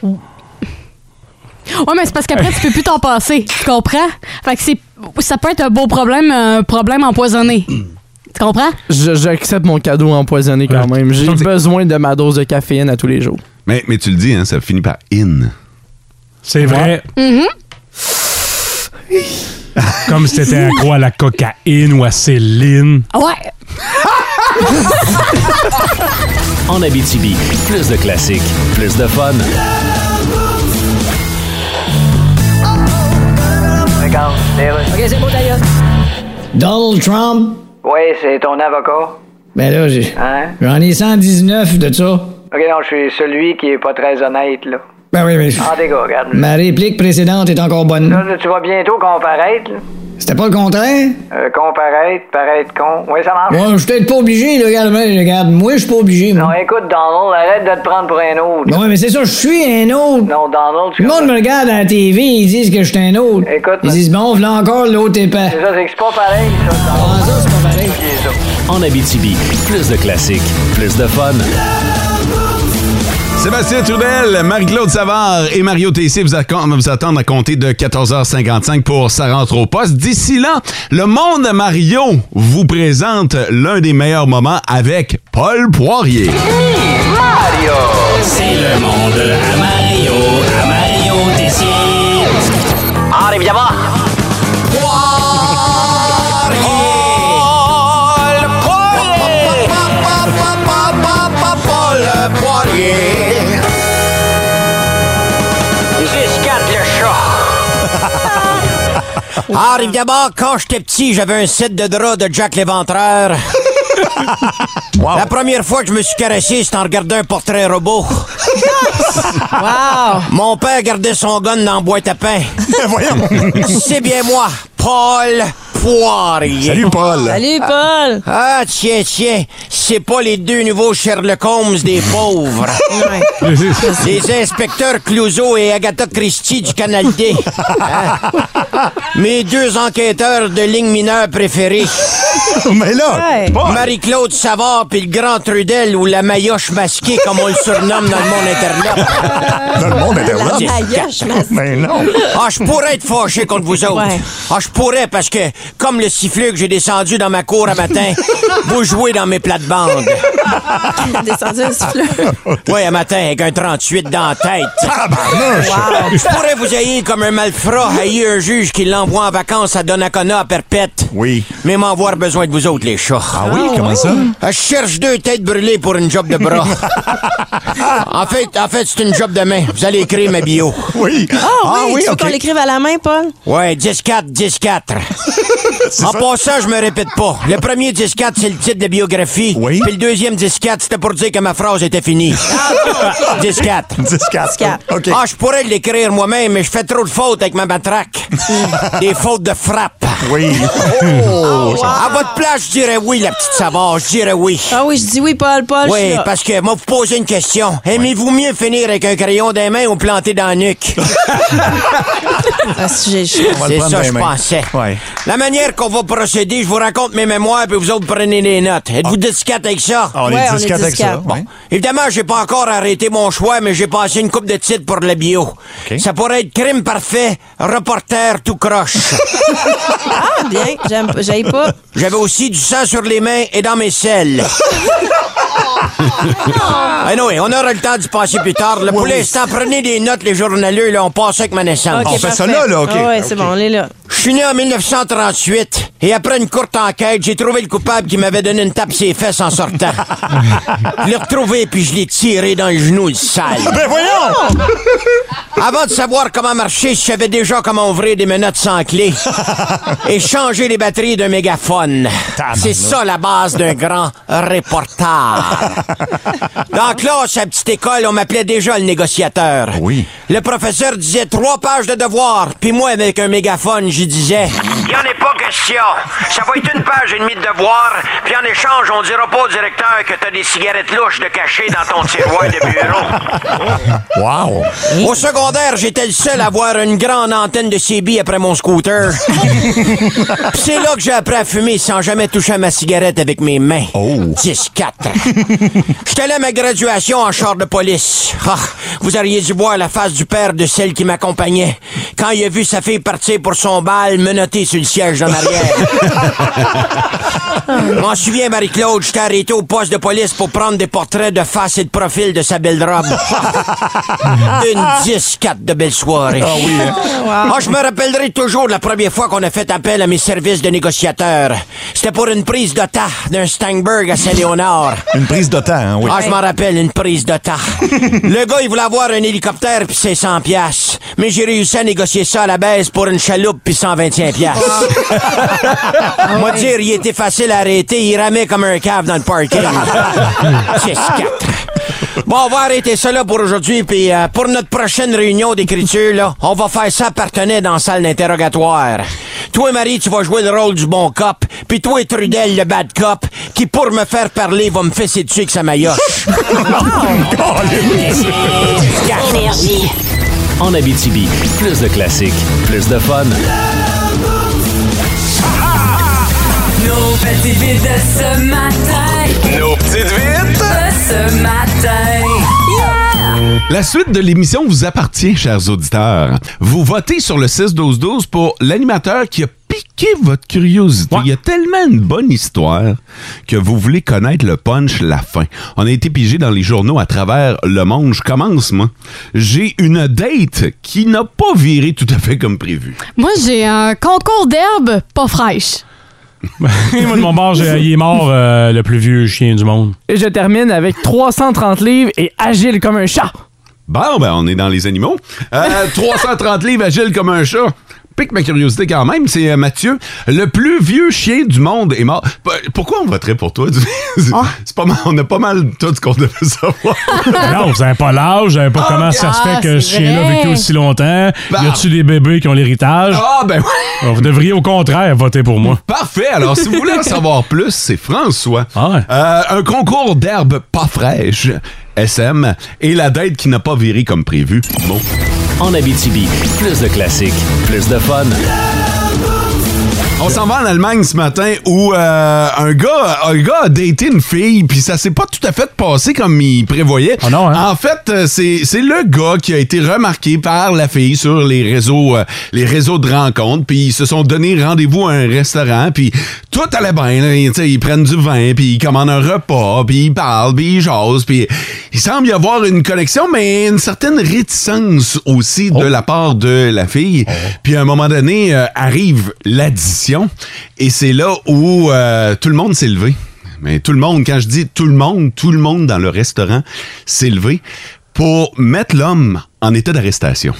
F: Ouais, mais c'est parce qu'après, tu peux plus t'en passer. Tu comprends? Fait que c'est, ça peut être un beau problème, un problème empoisonné. Tu comprends?
D: Je- J'accepte mon cadeau empoisonné quand
E: Ouais.
D: même. J'ai
E: Donc, c'est-
D: besoin de ma dose de caféine à tous les jours.
C: Mais, mais tu le dis, hein, ça finit par in.
E: C'est vrai.
F: Mm-hmm.
E: Comme si t'étais accro à la cocaïne ou
F: [laughs]
E: à Céline.
F: Ah Ouais.
B: En Abitibi, plus de classiques, plus de fun.
G: Donald Trump?
H: Oui, c'est ton avocat.
G: Ben là, j'ai-
H: Hein?
G: j'en ai 119 de ça.
H: Ok, non, je suis celui qui est pas très honnête, là.
G: Ben oui, mais...
H: En dégâts, regarde.
G: Ma réplique précédente est encore bonne.
H: Là, là, tu vas bientôt comparaître, là.
G: C'était pas le contraire?
H: Euh, comparaître, paraître con. Oui, ça marche.
G: Ouais, je suis peut-être pas obligé, là, regarde, mais regarde, moi, je suis pas obligé,
H: Non,
G: moi.
H: écoute, Donald, arrête de te prendre pour un autre.
G: Ben ouais, mais c'est ça, je suis un autre.
H: Non, Donald,
G: Tout
H: tu
G: le monde me regarde à la TV, ils disent que je suis un autre.
H: Écoute,
G: Ils
H: mais-
G: disent, bon, voilà encore l'autre épais.
H: C'est ça, c'est que c'est pas pareil, ça. Donald.
G: Ah, ça, c'est pas pareil.
H: C'est ça.
B: En Abitibi, plus de classiques, plus de fun.
C: Sébastien Trudel, Marie-Claude Savard et Mario Tessier vous, acco- vous attendent à compter de 14h55 pour Ça rentre au poste. D'ici là, le monde à Mario vous présente l'un des meilleurs moments avec Paul Poirier.
B: C'est le monde à Mario, à Mario Tessier.
H: le chat.
I: Ah, arrive d'abord, quand j'étais petit, j'avais un set de draps de
J: [laughs]
I: Jack l'Éventreur. La première fois que je me suis caressé, c'était en regardant un portrait robot.
F: [laughs] Wow!
I: Mon père gardait son gun dans la boîte à
J: [laughs]
I: pain. C'est bien moi, Paul Poirier.
J: Salut, Paul.
F: Salut, Paul!
I: Ah, tiens, tiens, c'est pas les deux nouveaux Sherlock Holmes
J: [laughs]
I: des pauvres. Les inspecteurs Clouseau et Agatha Christie du Canal D. Hein? Mes deux enquêteurs de ligne mineure préférés.
J: [laughs] Mais là,
F: Hey.
J: Paul,
I: Marie-Claude Savard puis le grand Trudel ou la maillotche masquée comme on le surnomme dans le monde internet.
J: dans le monde internet.
I: maillotche
J: [laughs] Mais Ben non.
I: Ah, je pourrais être fâché contre vous autres.
F: Ouais.
I: Ah, je pourrais parce que, comme le siffleux que j'ai descendu dans ma cour
J: [laughs]
I: à matin, vous jouez dans mes plates-bandes.
F: Descendu un siffleur.
I: Ouais, à matin, avec un 38 dans la tête.
J: Tabarnouche.
I: Je pourrais vous haïr comme un malfrat haïr un juge qui l'envoie en vacances à Donnacona à perpète.
J: Oui.
I: Mais m'en avoir besoin de vous autres, les chats.
J: Ah oui, comment ça?
I: Ah, Je cherche deux têtes brûlées pour une job
J: [laughs]
I: de bras. en fait, en fait, c'est une job de main. Vous allez écrire ma bio.
J: Oui. ah oui, ok.
F: l'écrive à la main, Paul?
I: Ouais, 10-4, 10-4.
J: [laughs]
I: En passant, je me répète pas. Le premier 10-4, c'est le titre de biographie.
J: Oui.
I: Puis le deuxième 10-4, c'était pour dire que ma phrase était finie. 10-4.
J: 10-4. OK.
I: Ah, je pourrais l'écrire moi-même, mais je fais trop de fautes avec
J: [laughs]
I: ma matraque. Des fautes de frappe. Oh,
J: Oui. Oh.
I: À votre place, je dirais oui, la petite savage. Je dirais oui.
F: Ah oui, je dis oui, Paul, Paul.
I: Oui, parce que moi, vous posez une question. Aimez-vous mieux finir avec un crayon des mains ou planté dans
F: [laughs]
I: la nuque?
F: Ah,
J: On va le
I: C'est
J: prendre
I: ça,
J: dans
I: je
J: les mains.
I: pensais.
J: Ouais.
I: La manière qu'on va procéder, je vous raconte mes mémoires, puis vous autres prenez des notes. Êtes-vous discrète avec ça?
J: Ah, on
F: Ouais,
J: est
F: on est
J: 10-4 avec ça.
F: 10-4.
J: ouais.
I: Évidemment, j'ai pas encore arrêté mon choix, mais j'ai passé une coupe de titres pour le bio. Ça pourrait être crime parfait, reporter tout croche.
F: [laughs] Ah, bien, j'aime, j'aille pas.
I: J'avais aussi du sang sur les mains et dans
F: [laughs]
I: mes selles. Anyway, on aura le temps d'y passer plus tard. Le poulet, l'instant, prenez des notes, les journaleux, là, on passe avec ma naissance.
J: On fait ça là, là, OK.
F: Ah ouais, c'est
J: OK.
F: bon, on est là.
I: Je suis né en 1938 et après une courte enquête, j'ai trouvé le coupable qui m'avait donné une tape ses fesses en sortant. je l'ai retrouvé puis je l'ai tiré dans le genou, le sale.
J: Ben voyons!
I: Oh! Avant de savoir comment marcher, je savais déjà comment ouvrir des menottes sans clé et changer les batteries d'un mégaphone. C'est ça la base d'un grand reporter. Dans la classe, à la petite école, on m'appelait déjà le négociateur.
J: Oui.
I: Le professeur disait trois pages de devoirs, puis moi, avec un mégaphone, j'y disais... Il en est pas question. hein, Ça va être une page et demie de devoirs, puis en échange, on dira pas au directeur que t'as des cigarettes louches de cachées dans ton tiroir de bureau.
J: Wow!
I: Au secondaire, j'étais le seul à avoir une grande antenne de CB après mon scooter. Puis c'est là que j'ai appris à fumer sans jamais toucher à ma cigarette avec mes mains.
J: Oh.
I: 10-4. J'étais allé à ma graduation en char de police. Ah, vous auriez dû voir la face du père de celle qui m'accompagnait quand il a vu sa fille partir pour son bal menottée sur le siège en arrière. Je m'en souviens, Marie-Claude, j'étais arrêté au poste de police pour prendre des portraits de face et de profil de sa belle robe. Une 10-4 de belle soirée. Ah oui.
J: hein.
I: je me rappellerai toujours de la première fois qu'on a fait appel à mes services de négociateur. C'était pour une prise de tas d'un Stangberg à Saint-Léonard.
J: Une prise de temps, hein, oui.
I: Ah, je m'en rappelle, une prise de tas. Le gars, il voulait avoir un hélicoptère puis c'est 100 piastres. Mais j'ai réussi à négocier ça à la baisse pour une chaloupe puis 125 piastres. Moi dire, il était facile à arrêter, il ramait comme un cave dans le parking. 6-4. Bon, on va arrêter ça là pour aujourd'hui, puis euh, pour notre prochaine réunion d'écriture, là, on va faire ça partenaire dans la salle d'interrogatoire. Toi, Marie, tu vas jouer le rôle du bon cop, puis toi, Trudel, le bad cop, qui, pour me faire parler, va me fesser dessus avec sa maillotche.
A: Énergie.
B: En Abitibi, plus de classiques, plus de fun.
K: Nos petites vites de ce matin,
B: Nos petites vites!
K: de ce matin. Yeah!
C: La suite de l'émission vous appartient, chers auditeurs. Vous votez sur le 6-12-12 pour l'animateur qui a piqué votre curiosité.
E: Ouais.
C: Il y a tellement une bonne histoire que vous voulez connaître le punch, la fin. On a été pigé dans les journaux à travers le monde. Je commence, moi. J'ai une date qui n'a pas viré tout à fait comme prévu.
F: Moi, j'ai un concours d'herbes pas fraîches.
E: Moi, de mon bord, Oh, j'ai- il est mort euh, le plus vieux chien du monde.
D: Et je termine avec 330 livres et agile comme un chat.
C: Bon, ben, on est dans les animaux. Euh, 330 livres agile comme un chat. Pique ma curiosité quand même, c'est euh, Mathieu. Le plus vieux chien du monde est mort. P- Pourquoi on voterait pour toi? [laughs] C'est pas mal, on a pas mal tout ce qu'on devait savoir.
E: non, vous n'avez pas l'âge, vous n'avez pas
C: Ah,
E: comment ça se
C: ah,
E: fait que
C: c'est
E: ce chien-là a
C: vrai.
E: vécu aussi longtemps.
C: Bah.
E: Y a-tu des bébés qui ont l'héritage?
C: Ah, ben Bah, oui!
E: Vous devriez au contraire voter pour moi.
C: Parfait. Alors, si vous voulez en savoir plus, c'est François. Euh, un concours d'herbes pas fraîches, SM, et la dette qui n'a pas viré comme prévu. Bon.
B: En Abitibi, plus de classiques, plus de fun.
C: On s'en va en Allemagne ce matin où euh, un, gars, un gars a daté une fille, puis ça s'est pas tout à fait passé comme il prévoyait. En fait, euh, c'est c'est le gars qui a été remarqué par la fille sur les réseaux, euh, les réseaux de rencontres, puis ils se sont donné rendez-vous à un restaurant, puis tout allait bien. là. Ils, tu sais, ils prennent du vin, puis ils commandent un repas, puis ils parlent, puis ils jasent, puis il semble y avoir une connexion, mais une certaine réticence aussi de la part de la fille. Puis à un moment donné, euh, arrive l'addition, et c'est là où euh, tout le monde s'est levé. Mais tout le monde, quand je dis tout le monde, tout le monde dans le restaurant s'est levé pour mettre l'homme en état d'arrestation.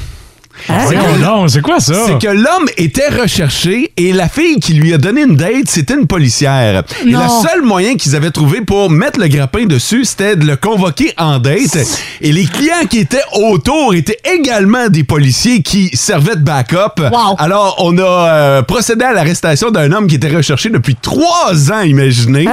E: C'est quoi, Ah, non, c'est quoi ça?
C: C'est que l'homme était recherché et la fille qui lui a donné une date, c'était une policière. Et
E: Non.
C: le seul moyen qu'ils avaient trouvé pour mettre le grappin dessus, c'était de le convoquer en date. Et les clients qui étaient autour étaient également des policiers qui servaient de backup. Alors, on a euh, procédé à l'arrestation d'un homme qui était recherché depuis trois ans, imaginez.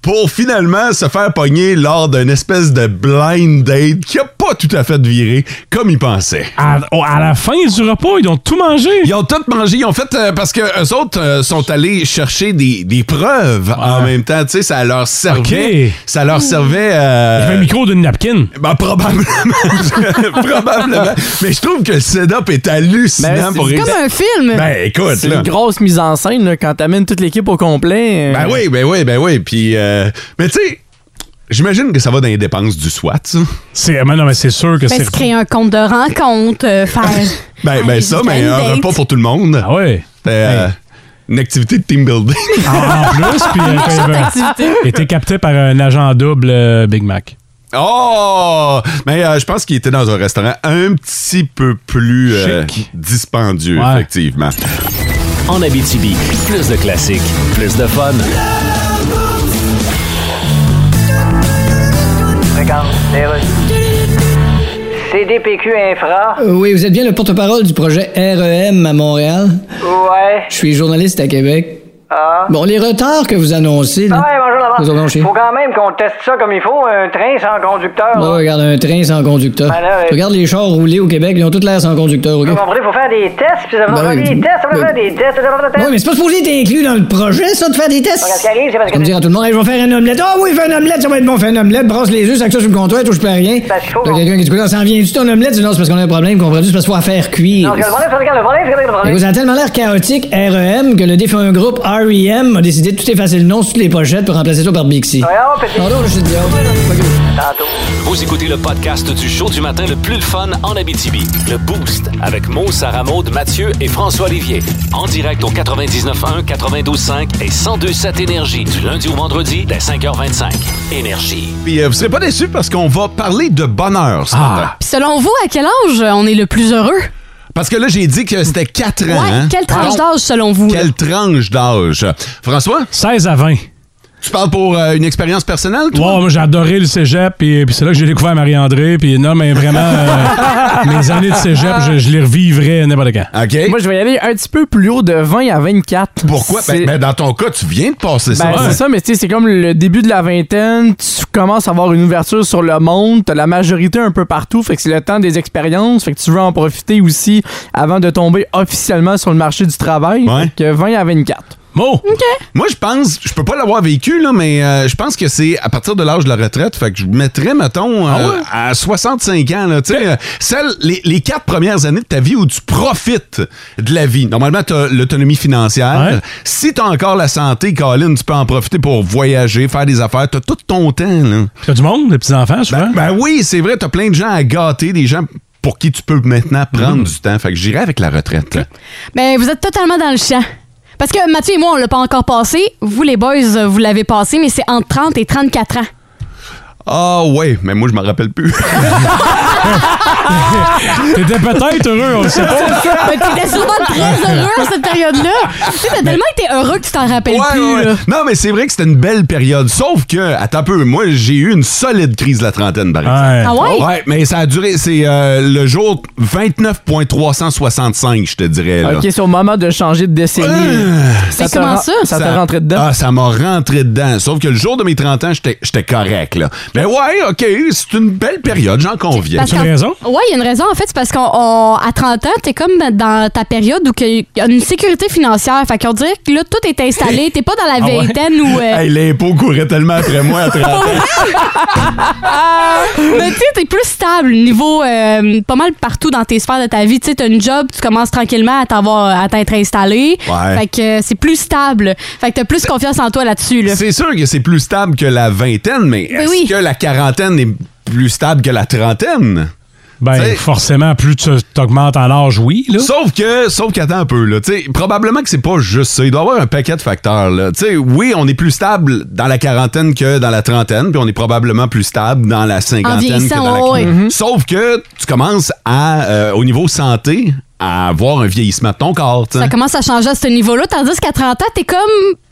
C: Pour finalement se faire pogner lors d'une espèce de blind date qui a pas tout à fait viré comme il pensait.
E: À, oh, à la fin du repas, ils ont tout mangé.
C: Ils ont tout mangé. Ils ont fait euh, parce que eux autres euh, sont allés chercher des, des preuves en même temps. Tu sais, ça leur servait.
E: Ok.
C: Ça leur servait. euh,
E: Un micro d'une napkin.
C: ben, probablement. [laughs] probablement. Mais je trouve que le setup est hallucinant
D: Ben, c'est-
C: pour
D: c'est
C: réussir-
D: comme un film.
C: Ben, écoute,
D: C'est
C: là.
D: une grosse mise en scène là, quand t'amènes toute l'équipe au complet. euh.
C: Ben oui, ben oui, ben oui. Puis, euh, mais tu sais, j'imagine que ça va dans les dépenses du SWAT, ça.
E: C'est, ah, mais non, mais c'est sûr que
F: Ben, se créer un compte de rencontre, euh,
E: [laughs]
F: faire.
C: Ben, ben ça, mais
F: une
C: un
F: date.
C: repas pour tout le monde. Ah
E: oui.
C: Une activité de team building. [laughs]
E: En plus, puis euh,
C: Méchante
E: euh,
C: activité.
E: était capté par un agent double euh, Big Mac.
C: Oh! Mais euh, je pense qu'il était dans un restaurant un petit peu plus euh, dispendieux,
B: Ouais.
C: effectivement.
B: En Abitibi, plus de classiques, plus de fun.
H: CDPQ Infra.
G: Euh, Oui, vous êtes bien le porte-parole du projet REM à Montréal?
H: Ouais.
G: Je suis journaliste à Québec.
H: Ah.
G: Bon, les retards que vous annoncez, là,
H: Ah ouais, bonjour
G: nous avons
H: d'avance.
G: chez-
H: Faut quand même qu'on teste ça comme il faut, un train sans conducteur.
G: Bon,
H: là.
G: regarde, un train sans conducteur.
H: Ben là, ouais.
G: Regarde les chars roulés au Québec, ils ont toute l'air sans conducteur, OK?
H: Vous comprenez, faut faire des tests, puis ça va
G: Ben
H: faire
G: oui.
H: des tests, ça va
G: Ben-
H: faire des tests, ça va faire des tests.
G: Oui, mais c'est pas supposé être inclus dans le projet, ça, de faire des tests.
H: Parce que ce qui arrive, c'est parce que-
G: Comme dire à tout le monde, Hey, je vais faire un omelette. Ah oui, fais un omelette, ça va être bon, fais un omelette, brasse les œufs, sac ça sur le comptoir, touche pas à rien.
H: Ben,
G: Là, quelqu'un qui dit, Coudonc, ça en vient-tu ton omelette? Je dis, Non, c'est parce qu'on a un problème, comprends-tu? C'est parce qu'il faut la faire cuire.
H: Non, parce que le problème, c'est que le problème, c'est que le
G: Mais
H: problème.
G: vous avez tellement l'air chaotique, REM, que le défunt groupe REM a décidé de tout effacer le nom sur toutes les pochettes pour remplacer ça par Bixi. Pardon, je suis idiot.
B: Vous écoutez le podcast du show du matin le plus fun en Abitibi. Le Boost avec Mo, Sarah Maud, Mathieu et François Olivier. En direct au 99.1, 92.5 et 102.7 Énergie du lundi au vendredi dès 5h25. Énergie.
C: Puis euh, vous serez pas déçus parce qu'on va parler de bonheur ce
E: Ah.
C: matin.
F: Puis selon vous, à quel âge euh, on est le plus heureux?
C: Parce que là, j'ai dit que c'était 4 ans.
F: Ouais,
C: hein?
F: quelle tranche
C: Pardon?
F: d'âge selon vous? là?
C: Quelle tranche d'âge? François?
E: 16 à 20.
C: Tu parles pour euh, une expérience personnelle, toi?
E: Wow, moi, j'ai adoré le cégep, puis, puis c'est là que j'ai découvert Marie-André, puis non, mais vraiment, euh, mes années de cégep, je, je les revivrais n'importe quand.
C: OK.
D: Moi, je vais y aller un petit peu plus haut de 20 à 24.
C: Pourquoi? Ben,
D: C'est-
C: ben, dans ton cas, tu viens de passer ça.
D: Ben, c'est ça, mais tu sais, c'est comme le début de la vingtaine, tu commences à avoir une ouverture sur le monde, t'as la majorité un peu partout, fait que c'est le temps des expériences, fait que tu veux en profiter aussi avant de tomber officiellement sur le marché du travail, fait que 20 à 24.
E: Mo!
C: Moi, je pense, je peux pas l'avoir vécu, là, mais euh, je pense que c'est à partir de l'âge de la retraite. Fait que je mettrais, mettons,
E: Ah
C: euh, à 65 ans, là, tu sais, euh, celles- les, les quatre premières années de ta vie où tu profites de la vie. Normalement, tu as l'autonomie financière. Si tu as encore la santé, Colin, tu peux en profiter pour voyager, faire des affaires. Tu as tout ton temps. Là.
E: T'as du monde, des petits-enfants, je
C: ben, ben oui, c'est vrai, tu as plein de gens à gâter, des gens pour
E: Mm-hmm.
C: qui tu peux maintenant prendre du temps. Fait que j'irai avec la retraite.
F: Ben, vous êtes totalement dans le champ. Parce que Mathieu et moi, on l'a pas encore passé. Vous, les boys, euh, vous l'avez passé, mais c'est entre 30 et 34 ans.
C: Ah ouais, mais moi je m'en rappelle
F: [laughs]
C: plus.
E: T'étais peut-être heureux, on le
F: [laughs]
E: sait pas.
F: Mais t'étais sûrement très heureux à cette période-là. Tu sais, t'as tellement été heureux que tu t'en rappelles
C: Ouais,
F: plus.
C: ouais.
F: là.
C: Non, mais c'est vrai que c'était une belle période. Sauf que, attends un peu, moi, j'ai eu une solide crise de la trentaine, par exemple.
F: Ah ouais?
C: mais ça a duré, c'est euh, le jour 29.365, je te dirais. là.
D: Ok, c'est au moment de changer de décennie.
F: Mais
D: te
F: comment
D: ren-
F: ça?
D: Ça t'a rentré dedans.
C: Ah, ça m'a rentré dedans. Sauf que le jour de mes 30 ans, j'étais j'étais correct, là. Mais ouais, OK, c'est une belle période, j'en conviens.
F: Parce qu'en- Ouais, il y a une raison. En fait, c'est parce qu'à 30 ans, t'es comme dans ta période où que- il y a une sécurité financière. Fait qu'on dirait que là, tout est installé. T'es pas dans la
C: [laughs] Ah ouais?
F: vingtaine ou... euh,
C: Hey, l'impôt courait tellement après moi
F: [laughs]
C: à 30 ans.
F: Ah! Mais tu sais, t'es plus stable niveau euh, pas mal partout dans tes sphères de ta vie. Tu sais, t'as une job, tu commences tranquillement à t'avoir à t'être installé.
C: Ouais.
F: Fait que euh, c'est plus stable. Fait que t'as plus confiance en toi là-dessus. Là.
C: C'est sûr que c'est plus stable que la vingtaine, mais
F: Ben
C: est-ce
F: oui.
C: que la quarantaine est plus stable que la trentaine?
E: Ben, forcément, plus tu augmentes en âge, oui. Là.
C: Sauf que, sauf qu'attends un peu, là. Tu sais, probablement que c'est pas juste ça. Il doit y avoir un paquet de facteurs, là. Tu sais, oui, on est plus stable dans la quarantaine que dans la trentaine, puis on est probablement plus stable dans la cinquantaine que
F: vieillissant,
C: dans la
F: ouais, ouais.
C: Mhm. Sauf que tu commences à, euh, au niveau santé, à avoir un vieillissement de ton corps, tu sais.
F: Ça commence à changer à ce niveau-là. Tandis qu'à 30 ans, t'es comme.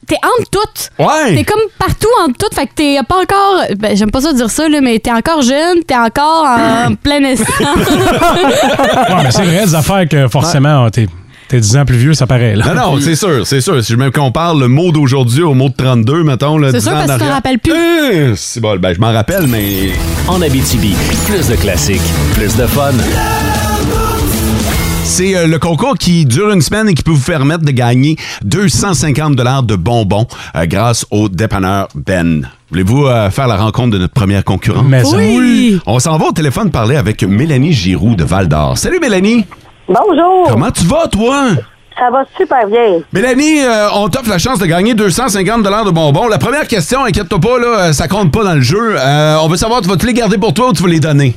F: T'es entre toutes.
C: Ouais.
F: T'es comme partout entre toutes. Fait que t'es pas encore. Ben, j'aime pas ça dire ça, là, mais t'es encore jeune, t'es encore
C: [clears throat]
F: en plein essence.
E: Ouais, mais c'est vrai, des affaires que forcément, t'es t'es 10 ans plus vieux, ça paraît. Là.
C: Non, non, c'est sûr, c'est sûr. Si je me compare le mot d'aujourd'hui au mot de 32, mettons, là,
F: C'est
C: 10
F: sûr,
C: ans
F: parce que
C: en
F: tu t'en
C: arrière.
F: rappelles plus.
C: Euh, c'est bon, ben je m'en rappelle, mais...
B: En Abitibi, plus de classiques, plus de fun.
C: C'est euh, le concours qui dure une semaine et qui peut vous permettre de gagner 250 de bonbons euh, grâce au dépanneur Ben. Voulez-vous euh, faire la rencontre de notre première concurrente?
E: Mais ça- Oui.
C: On s'en va au téléphone parler avec Mélanie Giroux de Val d'Or. Salut Mélanie!
L: [laughs] Bonjour!
C: Comment tu vas, toi?
L: Ça va super bien.
C: Mélanie, euh, on t'offre la chance de gagner 250 de bonbons. La première question, inquiète-toi pas, là, euh, ça compte pas dans le jeu. Euh, on veut savoir, tu vas-tu les garder pour toi ou tu vas les donner?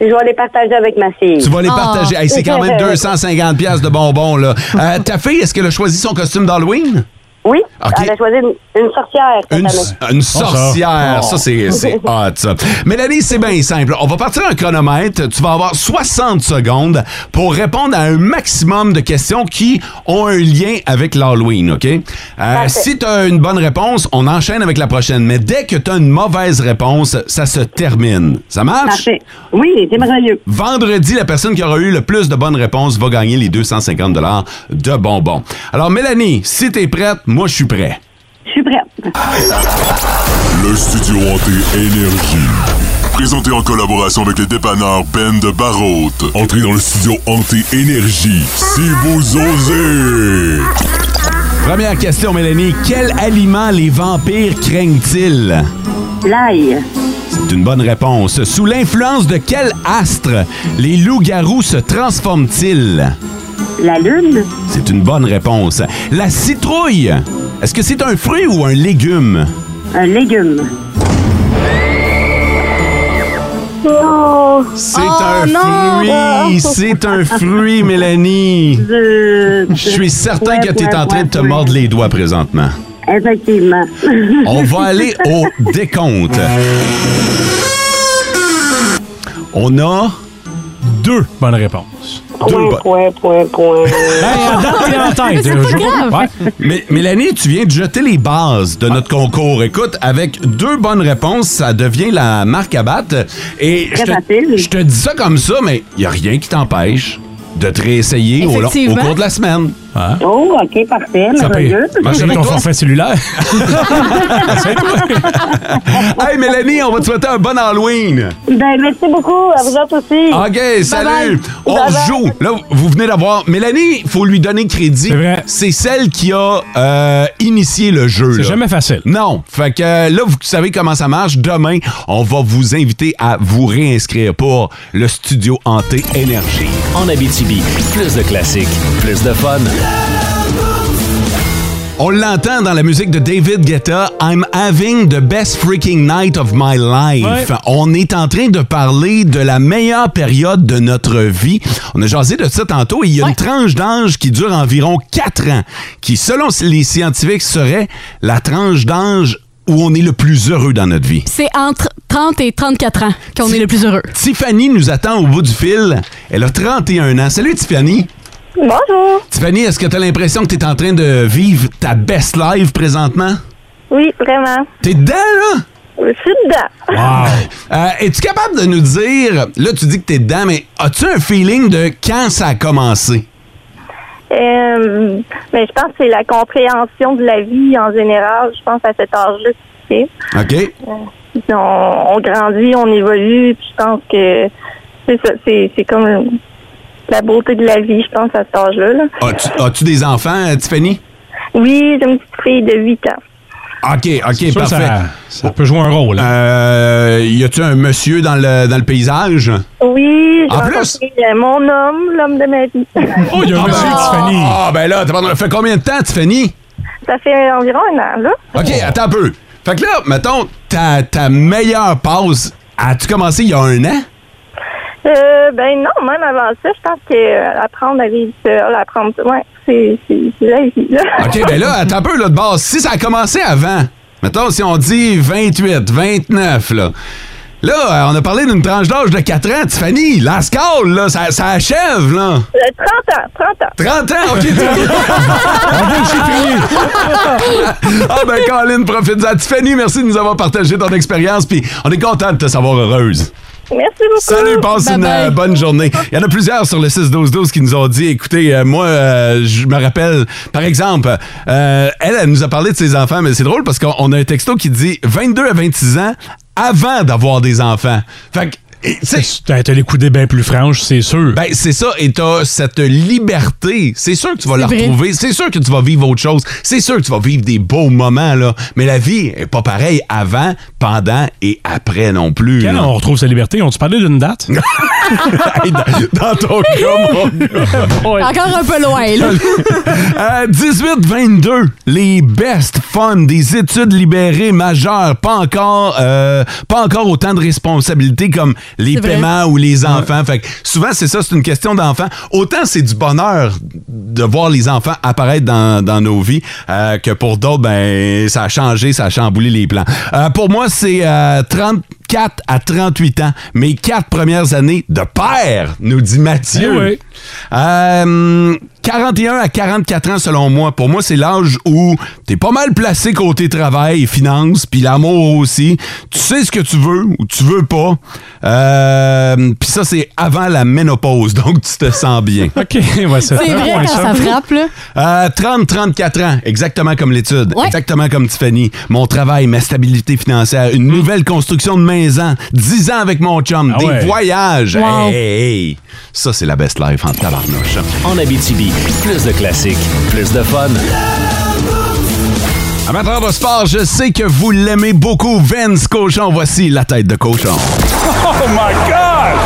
L: Je vais les partager avec ma fille. Ah.
C: Tu vas les partager. Hey,
L: [laughs]
C: c'est quand même 250 pièces de bonbons là. Euh, ta fille, est-ce qu'elle a choisi son costume d'Halloween
L: Oui,
C: Ok.
L: elle a choisi une, une sorcière. cette
C: une,
L: année.
C: une sorcière, ça
L: Oh.
K: [laughs]
C: c'est c'est hot ça. Mélanie, c'est bien simple. On va partir un chronomètre. Tu vas avoir 60 secondes pour répondre à un maximum de questions qui ont un lien avec l'Halloween, OK? Euh, si tu as une bonne réponse, on enchaîne avec la prochaine. Mais dès que tu as une mauvaise réponse, ça se termine. Ça marche?
L: Parfait. Oui, c'est merveilleux.
C: Vendredi, la personne qui aura eu le plus de bonnes réponses va gagner les 250 de bonbons. Alors, Mélanie, si t'es prête, moi, je suis prêt.
L: Je suis prête.
M: Le studio hanté Énergie. Présenté en collaboration avec les dépanneurs Ben de Barraute. Entrez dans le studio hanté Énergie si vous osez.
C: Première question, Mélanie. Quel aliment les vampires craignent-ils?
L: L'ail.
C: C'est une bonne réponse. Sous l'influence de quel astre les loups-garous se transforment-ils?
L: La lune.
C: C'est une bonne réponse. La citrouille, est-ce que c'est un fruit ou un légume?
L: Un légume. Oh.
C: C'est
K: Oh,
C: un fruit, c'est un fruit, Mélanie. Je suis certain que tu es en train de te mordre les doigts présentement.
L: Effectivement.
C: On va aller
L: [laughs]
C: au décompte. On a
E: deux bonnes réponses.
L: Point, point, point, point.
K: Ah,
E: tête, C'est pas grave.
C: Ouais. Mais Mélanie, tu viens de jeter les bases de notre concours. Écoute, avec deux bonnes réponses, ça devient la marque à battre. Et je
L: Très
C: te, je te dis ça comme ça, mais il n'y a rien qui t'empêche de te réessayer au, long- au
L: Effectivement.
C: cours de la semaine.
L: Oh, OK, parfait.
C: Ça paye.
L: merveilleux.
C: Marche avec ton forfait
E: cellulaire.
C: [laughs] hey Mélanie, on va te souhaiter un bon Halloween.
L: Ben, merci beaucoup. À vous autres aussi.
C: OK, salut. On
L: Bye bye.
C: joue. Là, vous venez d'avoir. Mélanie, il faut lui donner crédit. C'est vrai. C'est celle qui a euh, initié le jeu.
E: C'est
C: là.
E: jamais facile.
C: Non. Fait que euh, là, vous savez comment ça marche. Demain, on va vous inviter à vous réinscrire pour le studio hanté Énergie.
B: En Abitibi, plus de classiques, plus de fun.
C: On l'entend dans la musique de David Guetta, I'm having the best freaking night of my life.
N: Ouais.
C: On est en train de parler de la meilleure période de notre vie. On a jasé de ça tantôt et il y a une tranche d'âge qui dure environ 4 ans, qui selon les scientifiques serait la tranche d'âge où on est le plus heureux dans notre vie.
F: C'est entre 30 et 34 ans qu'on est le plus heureux.
C: Tiffany nous attend au bout du fil. Elle a 31 ans. Salut Tiffany.
L: Bonjour.
C: Tiffany, est-ce que tu as l'impression que tu es en train de vivre ta best life présentement?
L: Oui, vraiment.
C: T'es dedans, là?
L: Je suis dedans.
C: Euh, Es-tu capable de nous dire, là tu dis que t'es dedans, mais as-tu un feeling de quand ça a commencé?
L: Euh, mais je pense que c'est la compréhension de la vie en général. Je pense à cet âge-là, tu sais. [laughs]
C: OK?
L: Euh, On, on grandit, on évolue, puis je pense que c'est ça, c'est c'est comme la beauté de la vie, je pense, à cet âge-là. là.
C: As-tu as-tu des enfants, euh, Tiffany?
L: Oui, j'ai une petite fille de 8 ans.
C: OK, OK,
E: sûr que
C: parfait.
E: ça-
C: peut jouer un rôle. y a-tu un monsieur dans le, dans le paysage?
L: Oui, j'ai
C: En plus-
L: rencontré euh, mon homme, l'homme de ma
C: [laughs]
L: vie.
C: Ah, ben- Ah, ben là, t'as fait combien de temps, Tiffany?
L: Ça fait environ un an, là.
C: OK, attends un peu. Fait que là, mettons, ta, ta meilleure pause, as-tu commencé il y a un an?
L: Euh, ben non, même avant ça, je pense que euh, apprendre à vivre seul, apprendre, ouais, c'est c'est- c'est la vie, là. [laughs]
C: OK, ben là, attends un peu, là, de base. Si ça a commencé avant, mettons, si on dit 28, 29, là. Là, euh, on a parlé d'une tranche d'âge de 4 ans, Tiffany. La scale, là, ça, ça achève, là.
L: Euh, 30 ans, 30 ans.
C: 30 ans, OK. [laughs] ah, ben, Colin, profite-en. Tiffany, merci de nous avoir partagé ton expérience, puis on est content de te savoir heureuse.
L: Merci beaucoup.
C: Salut, passe une euh, bonne journée. Il y en a plusieurs sur le 6-12-12 qui nous ont dit écoutez, euh, moi, euh, je me rappelle, par exemple, euh, elle, elle nous a parlé de ses enfants, mais c'est drôle parce qu'on on a un texto qui dit 22 à 26 ans avant d'avoir des enfants. Fait que. et, tu sais,
E: T'as t'as les coudées bien plus franches, c'est sûr.
C: ben, c'est ça, et t'as cette liberté. C'est sûr que tu vas la
E: C'est vrai.
C: retrouver, c'est sûr que tu vas vivre autre chose, c'est sûr que tu vas vivre des beaux moments, là. Mais la vie est pas pareille avant, pendant et après non plus.
E: Quand
C: là.
E: on retrouve sa liberté, on te parlait d'une
C: [laughs]
E: date?
C: Hey, dans, dans
F: [laughs]
C: ton cas, mon gars.
F: Encore un peu loin, là.
C: [laughs] Euh, 18-22, les best fun des études libérées majeures, pas encore, euh, pas encore autant de responsabilités comme les
E: C'est vrai.
C: paiements ou les enfants. Fait que souvent, c'est ça, c'est une question d'enfants. Autant c'est du bonheur de voir les enfants apparaître dans, dans nos vies euh, que pour d'autres, ben, ça a changé, ça a chamboulé les plans. Euh, pour moi, c'est euh, 34 à 38 ans, mes quatre premières années de père, nous dit Mathieu.
E: Eh oui.
C: Euh, 41 à 44 ans, selon moi. Pour moi, c'est l'âge où t'es pas mal placé côté travail et finances, puis l'amour aussi. Tu sais ce que tu veux ou tu veux pas. Euh, puis ça, c'est avant la ménopause, donc tu te sens bien.
E: OK, ouais,
F: C'est vrai quand ça frappe, là.
C: Euh, 30-34 ans, exactement comme l'étude,
F: Ouais.
C: exactement comme Tiffany. Mon travail, ma stabilité financière, une nouvelle construction de maison, 10 ans avec mon chum,
B: Ah
C: des
B: ouais.
C: voyages.
B: Wow.
C: Hey, hey, hey. Ça, c'est la best life en tabarnouche.
B: En Abitibi, plus de classiques, plus de fun.
C: Amateur de sport, je sais que vous l'aimez beaucoup, Vince Cochon. Voici la tête de cochon.
K: Oh my God!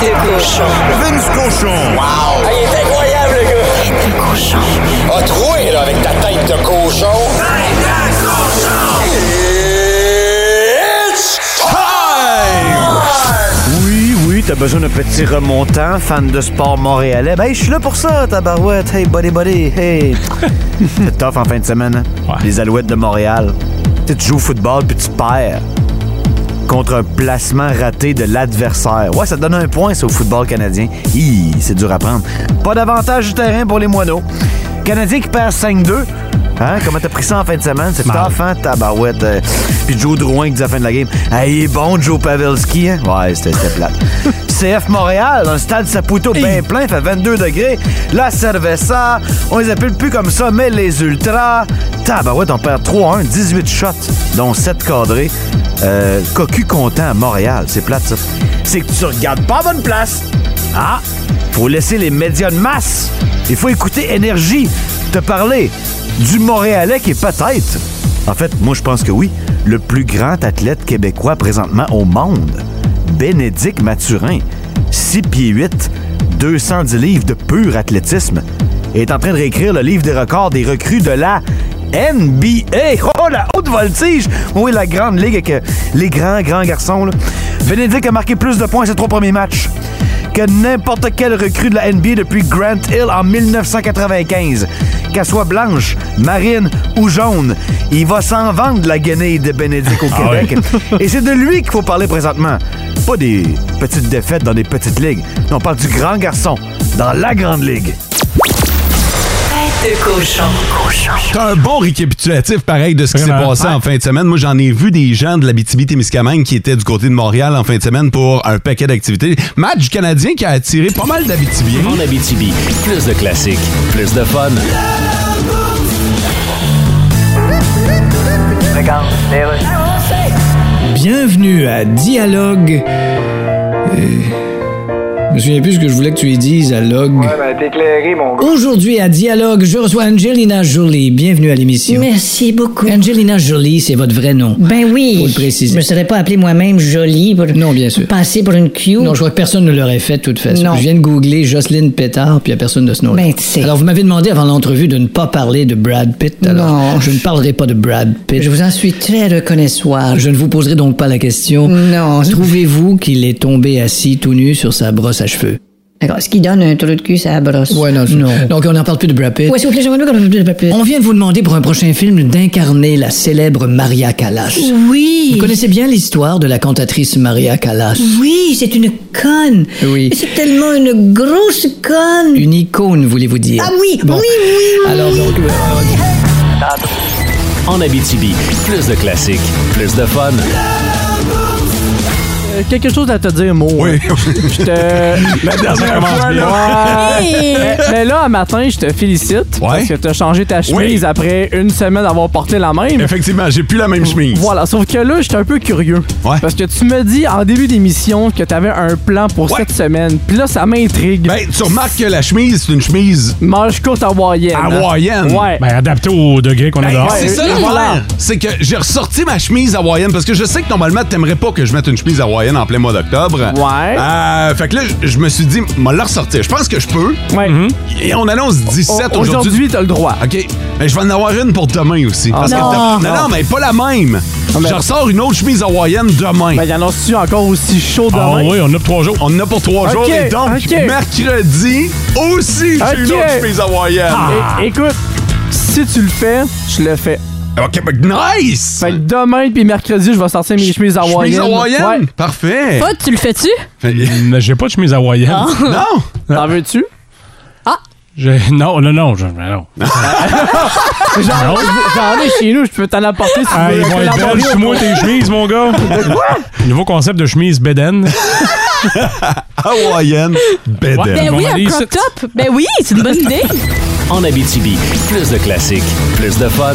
K: Tête de cochon. Vince cochon. Wow! il est incroyable, le gars! Tête de cochon. A troué, là, avec ta tête de cochon. Tête de cochon! It's time!
O: Oui, oui, t'as besoin d'un petit remontant, fan de sport montréalais. Ben, je suis là pour ça, tabarouette. Hey, buddy, buddy, hey. C'est tough en fin de semaine, hein? Les Alouettes de Montréal. Tu sais, tu joues au football puis tu perds contre un placement raté de l'adversaire. Ouais, ça te donne un point, ça, au football canadien. Hi, c'est dur à prendre. Pas d'avantage du terrain pour les moineaux. Canadien qui perd 5-2. Hein? Comment t'as pris ça en fin de semaine? C'est tough, hein? Tabarouette. euh. Puis Joe Drouin qui dit à la fin de la game, « Hey, il est bon, Joe Pavelski, hein? » Ouais, c'était c'était plate. CF Montréal, un stade Saputo bien plein, fait 22 degrés. La Cerveza, on les appelle plus comme ça, mais les Ultras. Tabarouette, on perd 3-1, 18 shots, dont 7 cadrés. Euh, cocu content à Montréal, c'est plate ça. C'est que tu regardes pas à bonne place. Ah, faut laisser les médias de masse. Il faut écouter Énergie te parler du Montréalais qui est peut-être, en fait, moi je pense que oui, le plus grand athlète québécois présentement au monde. Bénédicte Mathurin, 6 pieds 8, 210 livres de pur athlétisme, est en train de réécrire le livre des records des recrues de la NBA. Oh, la haute voltige! Oui, la grande ligue avec euh, les grands, grands garçons. là. Benedict a marqué plus de points ses trois premiers matchs que n'importe quelle recrue de la NBA depuis Grant Hill en 1995. Qu'elle soit blanche, marine ou jaune, il va s'en vendre de la guenille de Benedict au
K: Ah
O: Québec. Et c'est de lui qu'il faut parler présentement. Pas des petites défaites dans des petites ligues. Non, on parle du grand garçon dans la grande ligue.
A: Tête de cochon.
C: C'est un bon récapitulatif, pareil, de ce qui s'est
E: Vraiment.
C: passé en fin de semaine. Moi, j'en ai vu des gens de l'Abitibi-Témiscamingue qui étaient du côté de Montréal en fin de semaine pour un paquet d'activités. Match du Canadien qui a attiré pas mal d'Abitibiens.
B: En Abitibi, plus de classiques, plus de fun.
G: Bienvenue à Dialogue. Euh, je me souviens plus ce que je voulais que tu y dises à Log.
H: Ouais, ben, t'es éclairé, mon gars.
G: Aujourd'hui à Dialogue, je reçois Angelina Jolie. Bienvenue à l'émission.
N: Merci beaucoup.
G: Angelina Jolie, c'est votre vrai nom.
N: Ben oui.
G: Faut le préciser.
N: Je me serais pas appelé moi-même jolie pour
G: Non, bien sûr.
N: passer pour une Q.
G: Non, je crois que personne ne l'aurait fait de toute façon.
N: Non.
G: Je viens de googler Jocelyne Pétard, puis il n'y a personne de ce nom-là.
N: Ben, tu sais.
G: Alors, vous m'avez demandé avant l'entrevue de ne pas parler de Brad Pitt. Alors,
N: Non.
G: je ne parlerai pas de Brad Pitt.
N: Je vous en suis très reconnaissable.
G: Je ne vous poserai donc pas la question.
N: Non.
G: Trouvez-vous qu'il est tombé assis tout nu sur sa brosse à cheveux?
N: D'accord. Ce qui donne un trou de cul, ça brosse.
G: Ouais, non, non. Donc, on n'en parle plus de Brad Pitt.
N: Ouais, s'il vous plaît, j'aimerais mieux qu'on en parle plus.
G: On vient de vous demander pour un prochain film d'incarner la célèbre Maria Callas.
N: Oui.
G: Vous connaissez bien l'histoire de la cantatrice Maria Callas.
N: Oui, c'est une conne.
G: Oui.
N: C'est tellement une grosse conne.
G: Une icône, voulez-vous dire.
N: Ah oui, oui, oui, oui.
G: Alors, donc, euh,
B: En Abitibi, plus de classiques, plus de fun.
D: Euh, quelque chose à te dire, Mo.
C: Oui.
D: Je te-
K: La dernière
D: Ouais.
K: fois, là.
D: Ouais. mais, mais là, à matin, je te félicite parce que tu as changé ta chemise après une semaine d'avoir porté la même.
C: Effectivement, j'ai plus la même chemise.
D: Voilà, sauf que là, j'étais un peu curieux. Parce que tu me dis en début d'émission que tu avais un plan pour cette semaine. Puis là, ça m'intrigue.
C: Ben, tu remarques que la chemise, c'est une chemise.
D: Manche courte hawaïenne.
C: Hawaïenne.
D: Ouais.
E: Ben, adapté au degré qu'on a
C: Ben,
E: dehors.
C: c'est ça l'affaire.
E: Voilà.
C: C'est que j'ai ressorti ma chemise hawaïenne parce que je sais que normalement, t'aimerais pas que je mette une chemise hawaïenne en plein mois d'octobre.
D: Ouais.
C: Euh, fait que là, je- je me suis dit, m'a la ressortir. Je pense que je peux.
D: Ouais.
C: Et on annonce 17
D: O-
C: aujourd'hui.
D: aujourd'hui, t'as le droit.
C: OK. Mais je vais en avoir une pour demain aussi.
D: Ah,
C: Parce que
D: non.
C: demain- non,
D: Non.
C: non, mais pas la même.
D: mais-
C: Je ressors une autre chemise hawaïenne demain.
D: Ben, y annonce-tu encore aussi chaud
C: demain?
E: Ah, oui, on en a pour trois jours.
C: On en a pour trois
D: Ok,
C: jours. Et donc,
D: ok.
C: mercredi aussi, j'ai une
D: Ok.
C: autre chemise hawaïenne.
D: Ah. É- écoute, si tu le fais, je le fais.
C: OK, ben, nice!
D: Fait que demain puis mercredi, je vais sortir mes chemises
E: Chemise
D: hawaïennes.
E: hawaïenne?
D: Ouais. [laughs]
C: Parfait.
F: Pas, tu le fais-tu?
E: Mais J'ai pas de chemise hawaïenne.
F: Ah. Non.
D: T'en veux-tu?
F: Ah.
E: Je- Non, non, non. Je... mais non.
D: J'en
E: Non.
D: j'en ai chez nous, je peux t'en apporter si
E: Ah,
D: tu veux.
E: ils vont
D: Je
E: être
D: peux
E: belles.
D: l'envoyer au-
E: Suis-moi tes chemises, mon gars. Nouveau concept de chemise Beden.
C: [laughs] Hawaïenne Beden.
F: Ben oui, un crop top. Ben oui, c'est une
C: [laughs]
F: bonne idée.
B: En Abitibi, plus de classiques, plus de fun.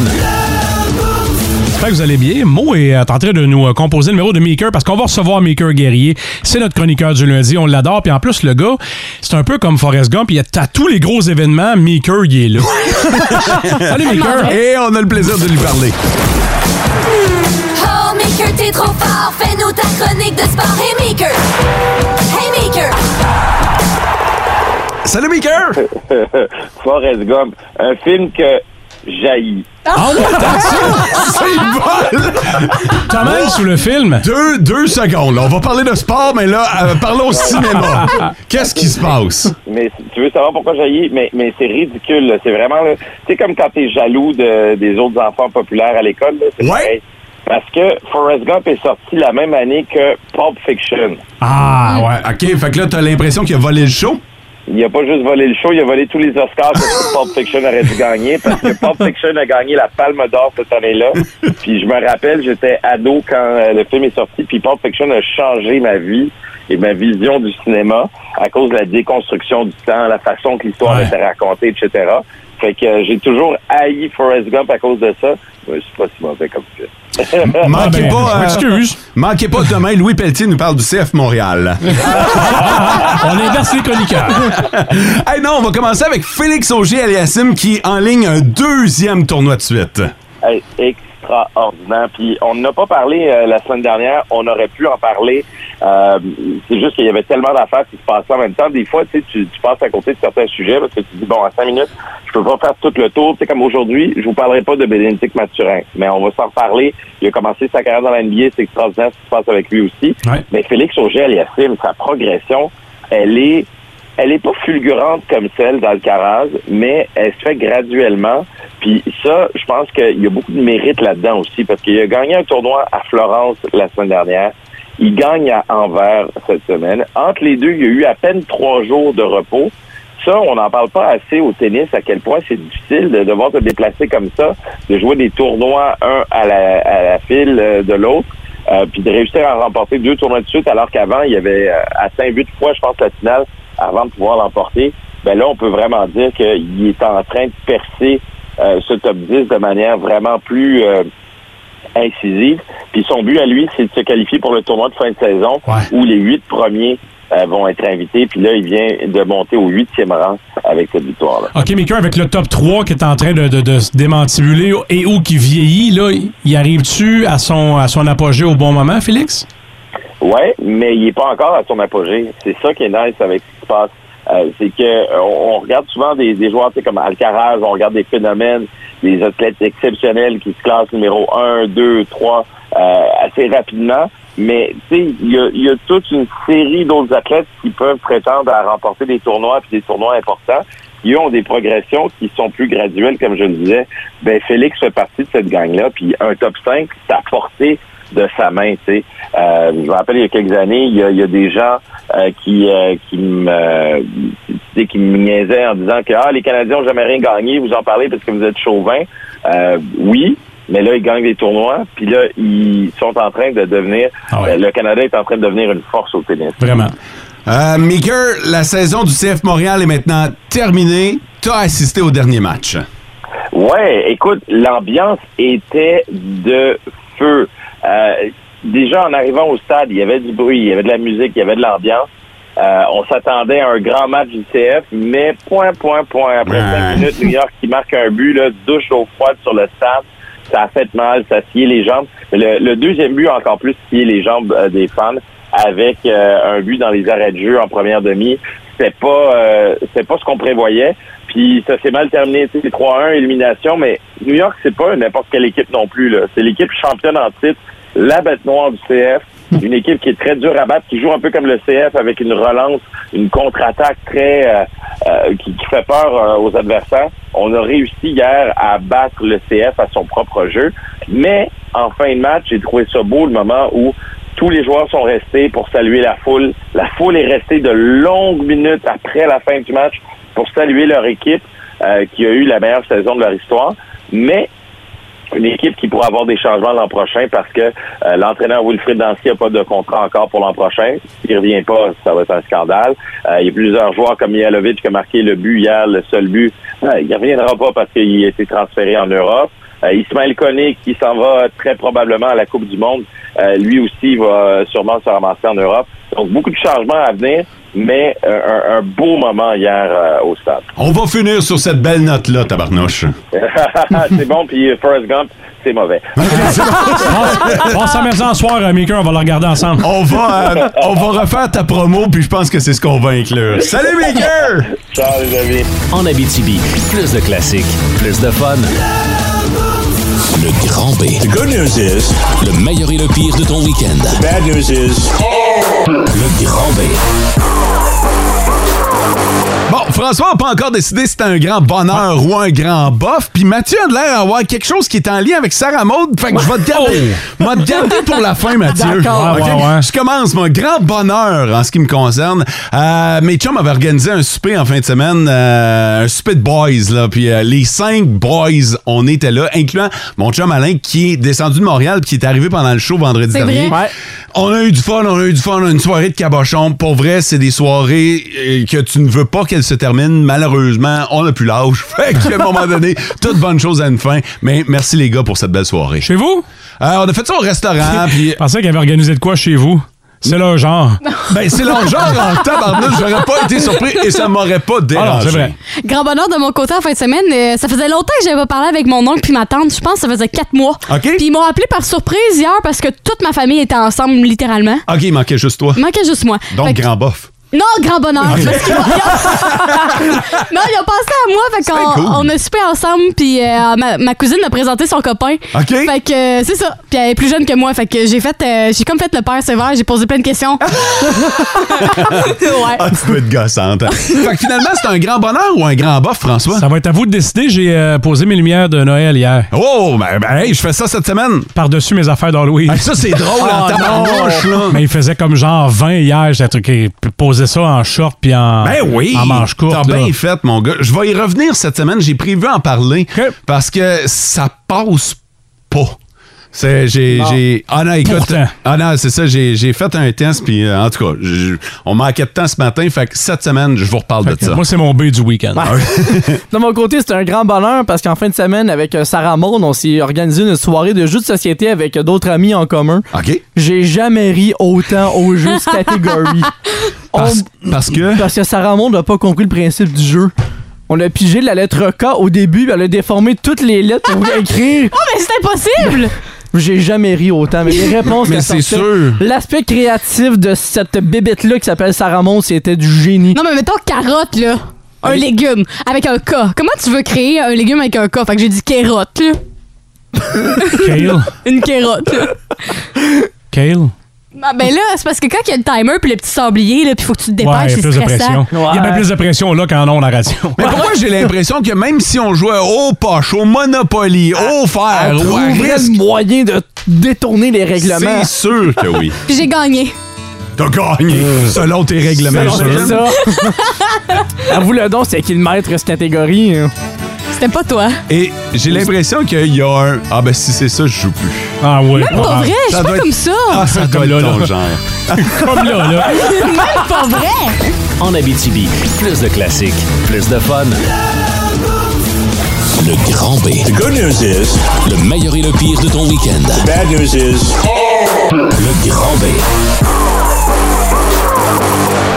E: J'espère que vous allez bien. Mo est euh, en train de nous euh, composer le numéro de Maker parce qu'on va recevoir Maker Guerrier. C'est notre chroniqueur du lundi. On l'adore. Puis en plus, le gars, c'est un peu comme Forrest Gump. Il est à tous les gros événements. Maker, il est là. Salut,
D: Ah.
E: Maker.
C: [laughs] Et on a le plaisir de lui parler.
K: Oh, Maker, t'es trop fort. Fais-nous ta chronique de sport. Hey, Maker. Hey, Maker.
C: Salut, Maker!
P: [laughs] Forrest Gump, un film que jaillit.
K: Oh,
E: Ah ouais, t'as ça?
C: C'est bon!
E: Thomas, sous le film.
C: Deux, deux secondes. là. On va parler de sport, mais là, euh,
E: [laughs]
C: parlons cinéma. Qu'est-ce qui se passe?
P: Mais tu veux savoir pourquoi jaillit? Mais, mais c'est ridicule. là. C'est vraiment... là, Tu sais, comme quand t'es jaloux de, des autres enfants populaires à l'école. là, c'est pareil. Parce que Forrest Gump est sorti la même année que Pulp Fiction.
E: Ah,
C: ouais. OK, fait que là, t'as l'impression qu'il a volé le show?
P: Il a pas juste volé le show, il a volé tous les Oscars que Pulp Fiction aurait dû gagner parce que Pulp Fiction a gagné la Palme d'Or cette année-là. Puis je me rappelle, j'étais ado quand euh, le film est sorti, puis Pulp Fiction a changé ma vie et ma vision du cinéma à cause de la déconstruction du temps, la façon que l'histoire
E: Ouais.
P: était racontée, etc. Fait que euh, j'ai toujours haï Forrest Gump à cause de ça. Ouais, Je suis pas si mauvais comme ça.
C: [laughs] Manquez pas. euh,
E: Ah, ben, m'excuse.
C: Manquez pas demain, Louis Pelletier nous parle du CF Montréal.
E: [laughs] On inverse les chroniqueurs.
C: [laughs] hey non, on va commencer avec Félix Auger Aliassim qui enligne un deuxième tournoi de suite.
P: Hey, extraordinaire. Puis on n'a pas parlé euh, la semaine dernière, on aurait pu en parler Euh, c'est juste qu'il y avait tellement d'affaires qui se passaient en même temps. Des fois, tu, sais, tu, tu passes à côté de certains sujets parce que tu dis, bon, à cinq minutes, je peux pas faire tout le tour. Tu sais, comme aujourd'hui, je vous parlerai pas de Bénédicte Mathurin, mais on va s'en parler. Il a commencé sa carrière dans la NBA, c'est extraordinaire ce qui se passe avec lui aussi. Mais Félix Auger-Aliassime, sa progression, elle est elle est pas fulgurante comme celle d'Alcaraz, mais elle se fait graduellement. Puis ça, je pense qu'il y a beaucoup de mérite là-dedans aussi, parce qu'il a gagné un tournoi à Florence la semaine dernière. Il gagne à Anvers cette semaine. Entre les deux, il y a eu à peine trois jours de repos. Ça, on n'en parle pas assez au tennis, à quel point c'est difficile de devoir se déplacer comme ça, de jouer des tournois un à la, à la file euh, de l'autre, euh, puis de réussir à remporter deux tournois de suite, alors qu'avant, il y avait euh, atteint huit fois, je pense, la finale avant de pouvoir l'emporter, ben là, on peut vraiment dire qu'il est en train de percer euh, ce top 10 de manière vraiment plus euh, incisive. Puis son but à lui, c'est de se qualifier pour le tournoi de fin de saison où les huit premiers euh, vont être invités. Puis là, il vient de monter au huitième rang avec cette victoire-là.
E: OK, Maker, avec le top 3 qui est en train de, de- de se démantibuler et ou qui vieillit, là, y arrive-tu à son, à son apogée au bon moment, Félix?
P: Ouais, mais il n'est pas encore à son apogée. C'est ça qui est nice avec ce qui se passe. Euh, c'est que euh, on on regarde souvent des, des joueurs tu sais, comme Alcaraz, on regarde des phénomènes, des athlètes exceptionnels qui se classent numéro 1, 2, 3 euh, assez rapidement. Mais tu sais, il y a, il y a toute une série d'autres athlètes qui peuvent prétendre à remporter des tournois puis des tournois importants. Ils ont des progressions qui sont plus graduelles, comme je le disais. Ben Félix fait partie de cette gang-là, puis un top 5, ça a porté de sa main. tu sais. Euh, je me rappelle, il y a quelques années, il y a, il y a des gens euh, qui, euh, qui me euh, tu sais, qui me niaisaient en disant que ah, les Canadiens n'ont jamais rien gagné, vous en parlez parce que vous êtes chauvin. Euh, oui, mais là, ils gagnent des tournois, puis là, ils sont en train de devenir... euh, le Canada est en train de devenir une force au tennis.
E: Vraiment.
C: Euh, Maker, la saison du CF Montréal est maintenant terminée. T'as assisté au dernier match.
P: Ouais, écoute, l'ambiance était de feu. Euh, déjà en arrivant au stade, il y avait du bruit, il y avait de la musique, il y avait de l'ambiance. Euh, on s'attendait à un grand match du CF, mais point, point, point. Après cinq minutes, New York qui marque un but, là, douche d'eau froide sur le stade. Ça a fait mal, ça a scié les jambes. Le, le deuxième but a encore plus scié les jambes euh, des fans avec euh, un but dans les arrêts de jeu en première demi. C'était pas euh, c'était pas ce qu'on prévoyait. Puis ça s'est mal terminé, tu sais, 3-1, élimination, mais New York, c'est pas n'importe quelle équipe non plus. là. C'est l'équipe championne en titre, la bête noire du CF, une équipe qui est très dure à battre, qui joue un peu comme le CF avec une relance, une contre-attaque très euh, euh, qui, qui fait peur euh, aux adversaires. On a réussi hier à battre le CF à son propre jeu, mais en fin de match, j'ai trouvé ça beau le moment où tous les joueurs sont restés pour saluer la foule. La foule est restée de longues minutes après la fin du match pour saluer leur équipe euh, qui a eu la meilleure saison de leur histoire. Mais une équipe qui pourra avoir des changements l'an prochain parce que euh, l'entraîneur Wilfried Dancy n'a pas de contrat encore pour l'an prochain. S'il revient pas, ça va être un scandale. Euh, il y a plusieurs joueurs comme Mihalovic qui a marqué le but hier, le seul but. Euh, il reviendra pas parce qu'il a été transféré en Europe. Euh, Ismaël Koné qui s'en va très probablement à la Coupe du Monde, euh, lui aussi va euh, sûrement se ramasser en Europe. Donc beaucoup de changements à venir, mais euh, un, un beau moment hier euh, au stade.
C: On va finir sur cette belle note-là, tabarnouche.
P: [laughs] c'est bon, puis euh, Forrest Gump, c'est mauvais.
E: passe, passe à la maison ce soir, euh, Maker, on va le regarder ensemble.
C: On va, euh, on va refaire ta promo, puis je pense que c'est ce qu'on va inclure. Salut, Maker!
P: Ciao, les amis.
B: En Abitibi, plus de classiques, plus de fun. Le grand B. The good news is... Le meilleur et le pire de ton week-end. The bad news is... Le grand B.
C: Bon, François n'a pas encore décidé si c'était un grand bonheur ou un grand bof, puis Mathieu a l'air d'avoir quelque chose qui est en lien avec Sarah Maud, fait que je vais te
E: [laughs]
C: garder, m'a garder pour la fin, Mathieu.
E: Oh! D'accord. Ouais,
C: Ok?
E: ouais, ouais.
C: Je commence, mon grand bonheur en ce qui me concerne. Euh, mes chums avaient organisé un souper en fin de semaine, euh, un souper de boys, là, puis euh, les cinq boys, on était là, incluant mon chum Alain qui est descendu de Montréal puis qui est arrivé pendant le show vendredi
K: C'est
C: dernier.
K: vrai.
C: On a eu du fun, on a eu du fun, une soirée de cabochon. Pour vrai, c'est des soirées euh, que tu ne veux pas qu'elles se terminent. Malheureusement, on n'a plus l'âge. [laughs] Fait qu'à un moment donné, toute bonne chose a une fin. Mais merci les gars pour cette belle soirée. Chez
E: vous? [laughs]
C: on a fait ça au restaurant. Ah, puis
E: Je pensais qu'il avait organisé de quoi chez vous? C'est leur genre.
C: Ben, c'est leur genre en tabarnouche. J'aurais pas été surpris et ça m'aurait pas dérangé.
E: Ah c'est vrai.
F: Grand bonheur de mon côté en fin de semaine. euh, ça faisait longtemps que j'avais pas parlé avec mon oncle puis ma tante. Je pense que ça faisait quatre mois.
C: OK.
F: Puis ils m'ont appelé par surprise hier parce que toute ma famille était ensemble, littéralement.
C: OK, il manquait juste toi.
F: Il manquait juste moi. Fait
C: Donc,
F: que-
C: grand bof. [laughs]
F: Non, grand bonheur.
C: OK.
F: parce qu'ils m'ont-
E: [laughs]
F: non, ils ont pensé à moi. Fait qu'on
C: cool.
F: on a super ensemble. Puis euh, ma, ma cousine m'a présenté son copain.
C: OK.
F: Fait que euh, c'est ça. Puis elle est plus jeune que moi. Fait que j'ai fait, euh, j'ai comme fait le père sévère. J'ai posé plein de questions. [laughs]
E: [laughs]
F: ouais.
C: Ah, tu peux être gossante. hein. fait que finalement, c'est un grand bonheur ou un grand bof, François?
E: Ça va être à vous de décider. J'ai euh, posé mes lumières de Noël hier.
C: Oh, ben, ben, hey, je fais ça cette semaine. Oh,
E: Par-dessus mes affaires d'Halloween.
C: Hey, ça, c'est drôle, en
E: Ah,
C: tabarnouche,
E: non.
C: là.
E: Mais il faisait comme genre 20 hier. J'ai truqué, posé ça en short puis en,
C: Ben oui!
E: Ah, en manche courte.
C: T'as
E: là.
C: bien fait, mon gars. Je vais y revenir cette semaine. J'ai prévu en parler parce que ça passe pas. C'est, j'ai,
E: Bon.
C: j'ai, ah non, écoute,
E: Pourtant.
C: ah non, c'est ça, j'ai, j'ai fait un test, puis euh, en tout cas, je- on manquait de temps ce matin, fait que cette semaine, je vous reparle de ça. Ah
E: Moi, c'est mon B du week-end.
D: [laughs] De mon côté, c'est un grand bonheur parce qu'en fin de semaine, avec euh, Sarah Maud, on s'est organisé une soirée de jeux de société avec euh, d'autres amis en commun.
C: OK.
D: J'ai jamais ri autant aux jeux de catégorie.
C: Parce- parce que?
D: Parce que Sarah Maud n'a pas compris le principe du jeu. On a pigé la lettre K au début, puis elle a déformé toutes les lettres pour écrire.
F: Oh, mais c'est impossible!
D: J'ai jamais ri autant, mais les réponses
C: Mais
D: qu'elle
C: c'est
D: sortait,
C: sûr.
D: L'aspect créatif de cette bébête-là qui s'appelle Sarah Maud, c'était du génie.
F: Non, mais mettons carotte, là. Un légume avec un K. Comment tu veux créer un légume avec un K? Fait que j'ai dit carotte, là.
E: Kale.
F: Une carotte, là.
E: Kale.
F: Ah, ben là, c'est parce que quand il y a le timer puis le petit sablier, là, puis faut que tu te dépêches,
E: il y a
F: c'est
E: plus de
F: stressant.
E: pression. Il y a bien plus de pression là qu'en on la radio. [laughs]
C: Mais pourquoi j'ai l'impression que même si on jouait au poche, au Monopoly, au fer,
D: Elle
C: ou à
D: trouverait
C: risque,
D: le moyen de détourner les règlements.
C: c'est sûr que oui.
F: Puis j'ai gagné.
C: T'as gagné, selon tes règlements.
D: Selon
C: sûr.
D: ça. [laughs] Avoue le don, c'est qui le maître cette catégorie. hein.
F: C'était pas toi.
C: Et j'ai l'impression qu'il y a un. Ah, ben si c'est ça, je joue plus.
E: Ah, ouais.
F: Même pas vrai, je suis pas comme ça.
C: Ah, ça doit être
B: [laughs]
C: ton genre.
E: Comme là, là.
F: Même pas vrai!
B: En Abitibi, plus de classiques, plus de fun. Le grand B. The good news is... Le meilleur et le pire de ton week-end. bad news is... Le grand B.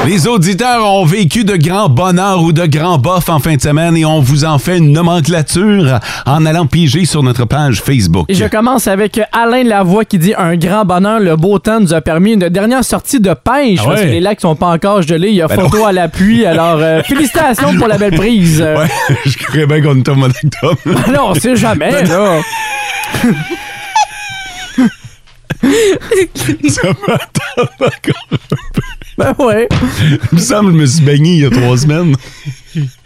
C: Les auditeurs ont vécu de grands bonheurs ou de grands bofs en fin de semaine et on vous en fait une nomenclature en allant piger sur notre page Facebook.
D: Et je commence avec Alain Lavoie qui dit Un grand bonheur, le beau temps nous a permis une dernière sortie de pêche
C: Ah
D: parce que
C: ouais.
D: les lacs sont pas encore gelés. Il y a
C: Ben
D: photo
C: non.
D: à l'appui. Alors,
C: [laughs]
D: euh, félicitations pour la belle prise. Euh, [laughs]
C: Ouais, [laughs] je croyais bien qu'on était au monactum.
D: Ben non, on sait jamais,
C: [laughs] Ben
D: là.
C: Ça m'attend encore.
D: Ben ouais.
C: Il me semble que je me suis baigné il y a trois semaines.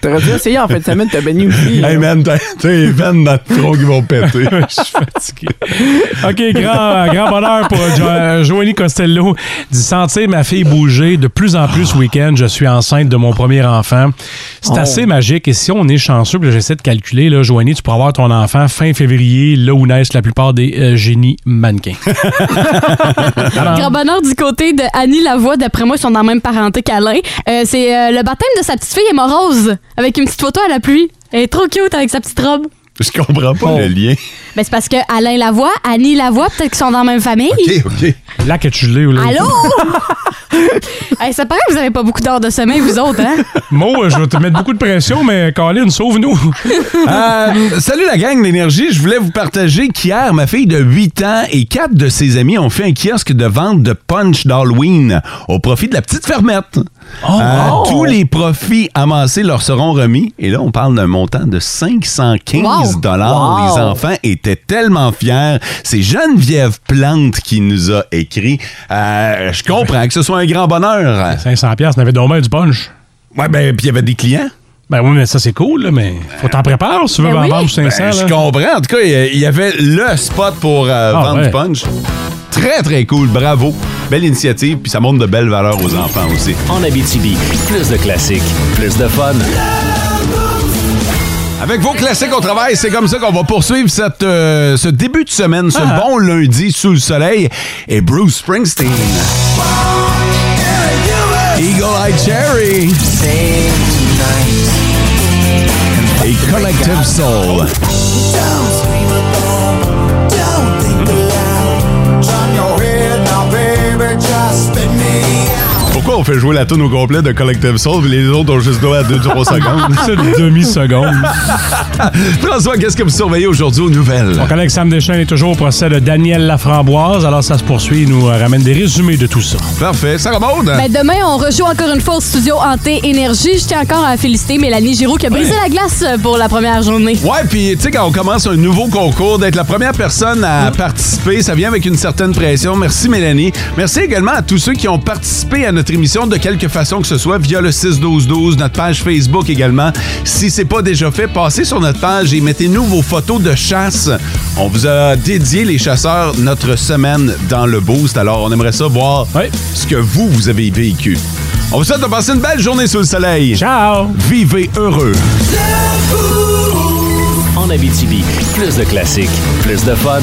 D: T'aurais dû essayer en fin de semaine, t'as baigné aussi.
C: Hey man, t'as t'as les veines dans le tronc qui vont péter. Je suis fatigué.
E: [laughs] OK, grand, grand bonheur pour euh, Jo- Joanie Costello. Dit sentir ma fille bouger de plus en plus ce week-end. Je suis enceinte de mon premier enfant. C'est
Q: Oh.
E: assez magique. Et si on est chanceux, puis j'essaie de calculer, là, Joanie, tu pourras avoir ton enfant fin février, là où naissent la plupart des euh, génies
F: [laughs]
E: mannequins. Alors,
F: Grand bonheur du côté de Annie Lavoie, d'après moi, ils sont dans la même parenté qu'Alain. Euh, c'est euh, le baptême de sa petite fille est morose, avec une petite photo à la pluie. Elle est trop cute avec sa petite robe.
C: Je comprends pas le lien.
F: Ben, c'est parce que Alain Lavoie, Annie Lavoie, peut-être qu'ils sont dans la même famille.
C: OK.
E: Là que tu l'es, là.
F: Allô? [laughs] Hey, ça paraît que vous avez pas beaucoup d'heures de sommeil, vous autres, hein?
E: Mo, euh, je vais te mettre beaucoup de pression, mais
F: [laughs]
E: Colin, sauve-nous.
C: Euh, salut la gang d'énergie, je voulais vous partager qu'hier, ma fille de 8 ans et quatre de ses amis ont fait un kiosque de vente de punch d'Halloween au profit de la petite fermette. Euh,
K: Oh, wow.
C: Tous les profits amassés leur seront remis. Et là, on parle d'un montant de 515 dollars.
K: Wow.
C: Les enfants étaient tellement fiers. C'est Geneviève Plante qui nous a écrit. Euh, je comprends que ce soit un grand bonheur.
E: 500 pièces, on avait dormi du punch.
C: Ouais, ben, puis il y avait des clients.
E: Ben oui, mais ça, c'est cool, là, mais faut t'en préparer si tu veux
C: Ben
E: en
C: oui.
E: vendre 500.
C: Ben,
E: là.
C: je comprends. En tout cas, il y a- il y avait le spot pour euh,
E: Ah,
C: vendre
E: ouais.
C: du punch. Très, très cool. Bravo. Belle initiative. Puis ça montre de belles valeurs aux enfants aussi.
B: En Abitibi, plus de classiques, plus de fun.
C: Avec vos classiques au travail, c'est comme ça qu'on va poursuivre cette, euh, ce début de semaine, ce
E: Ah.
C: bon lundi sous le soleil. Et Bruce Springsteen. Eagle Eye Cherry. Et Collective
K: Turn
C: Soul.
K: your head now, baby, just spin
C: on fait jouer la tune au complet de Collective Soul, puis les autres ont juste droit
E: [laughs]
C: à 2-3 secondes.
E: C'est une demi-seconde.
C: [laughs] François, qu'est-ce que vous surveillez aujourd'hui aux nouvelles?
E: Mon collègue Sam Deschamps est toujours au procès de Daniel Laframboise. Alors, ça se poursuit. Il nous euh, ramène des résumés de tout ça.
C: Parfait. Ça remonte?
F: Ben, demain, on rejoue encore une fois au studio Hanté Énergie. Je tiens encore à féliciter Mélanie Giroux qui a brisé la glace pour la première journée.
C: Ouais, puis tu sais, quand on commence un nouveau concours, d'être la première personne à
F: Mm.
C: participer, ça vient avec une certaine pression. Merci Mélanie. Merci également à tous ceux qui ont participé à notre émission de quelque façon que ce soit via le 6-12-12, notre page Facebook également. Si c'est pas déjà fait, passez sur notre page et mettez-nous vos photos de chasse. On vous a dédié, les chasseurs, notre semaine dans le boost. Alors, on aimerait ça voir ce que vous, vous avez vécu. On vous souhaite de passer une belle journée sous le soleil.
E: Ciao!
C: Vivez heureux.
B: En Abitibi, plus de classiques, plus de fun.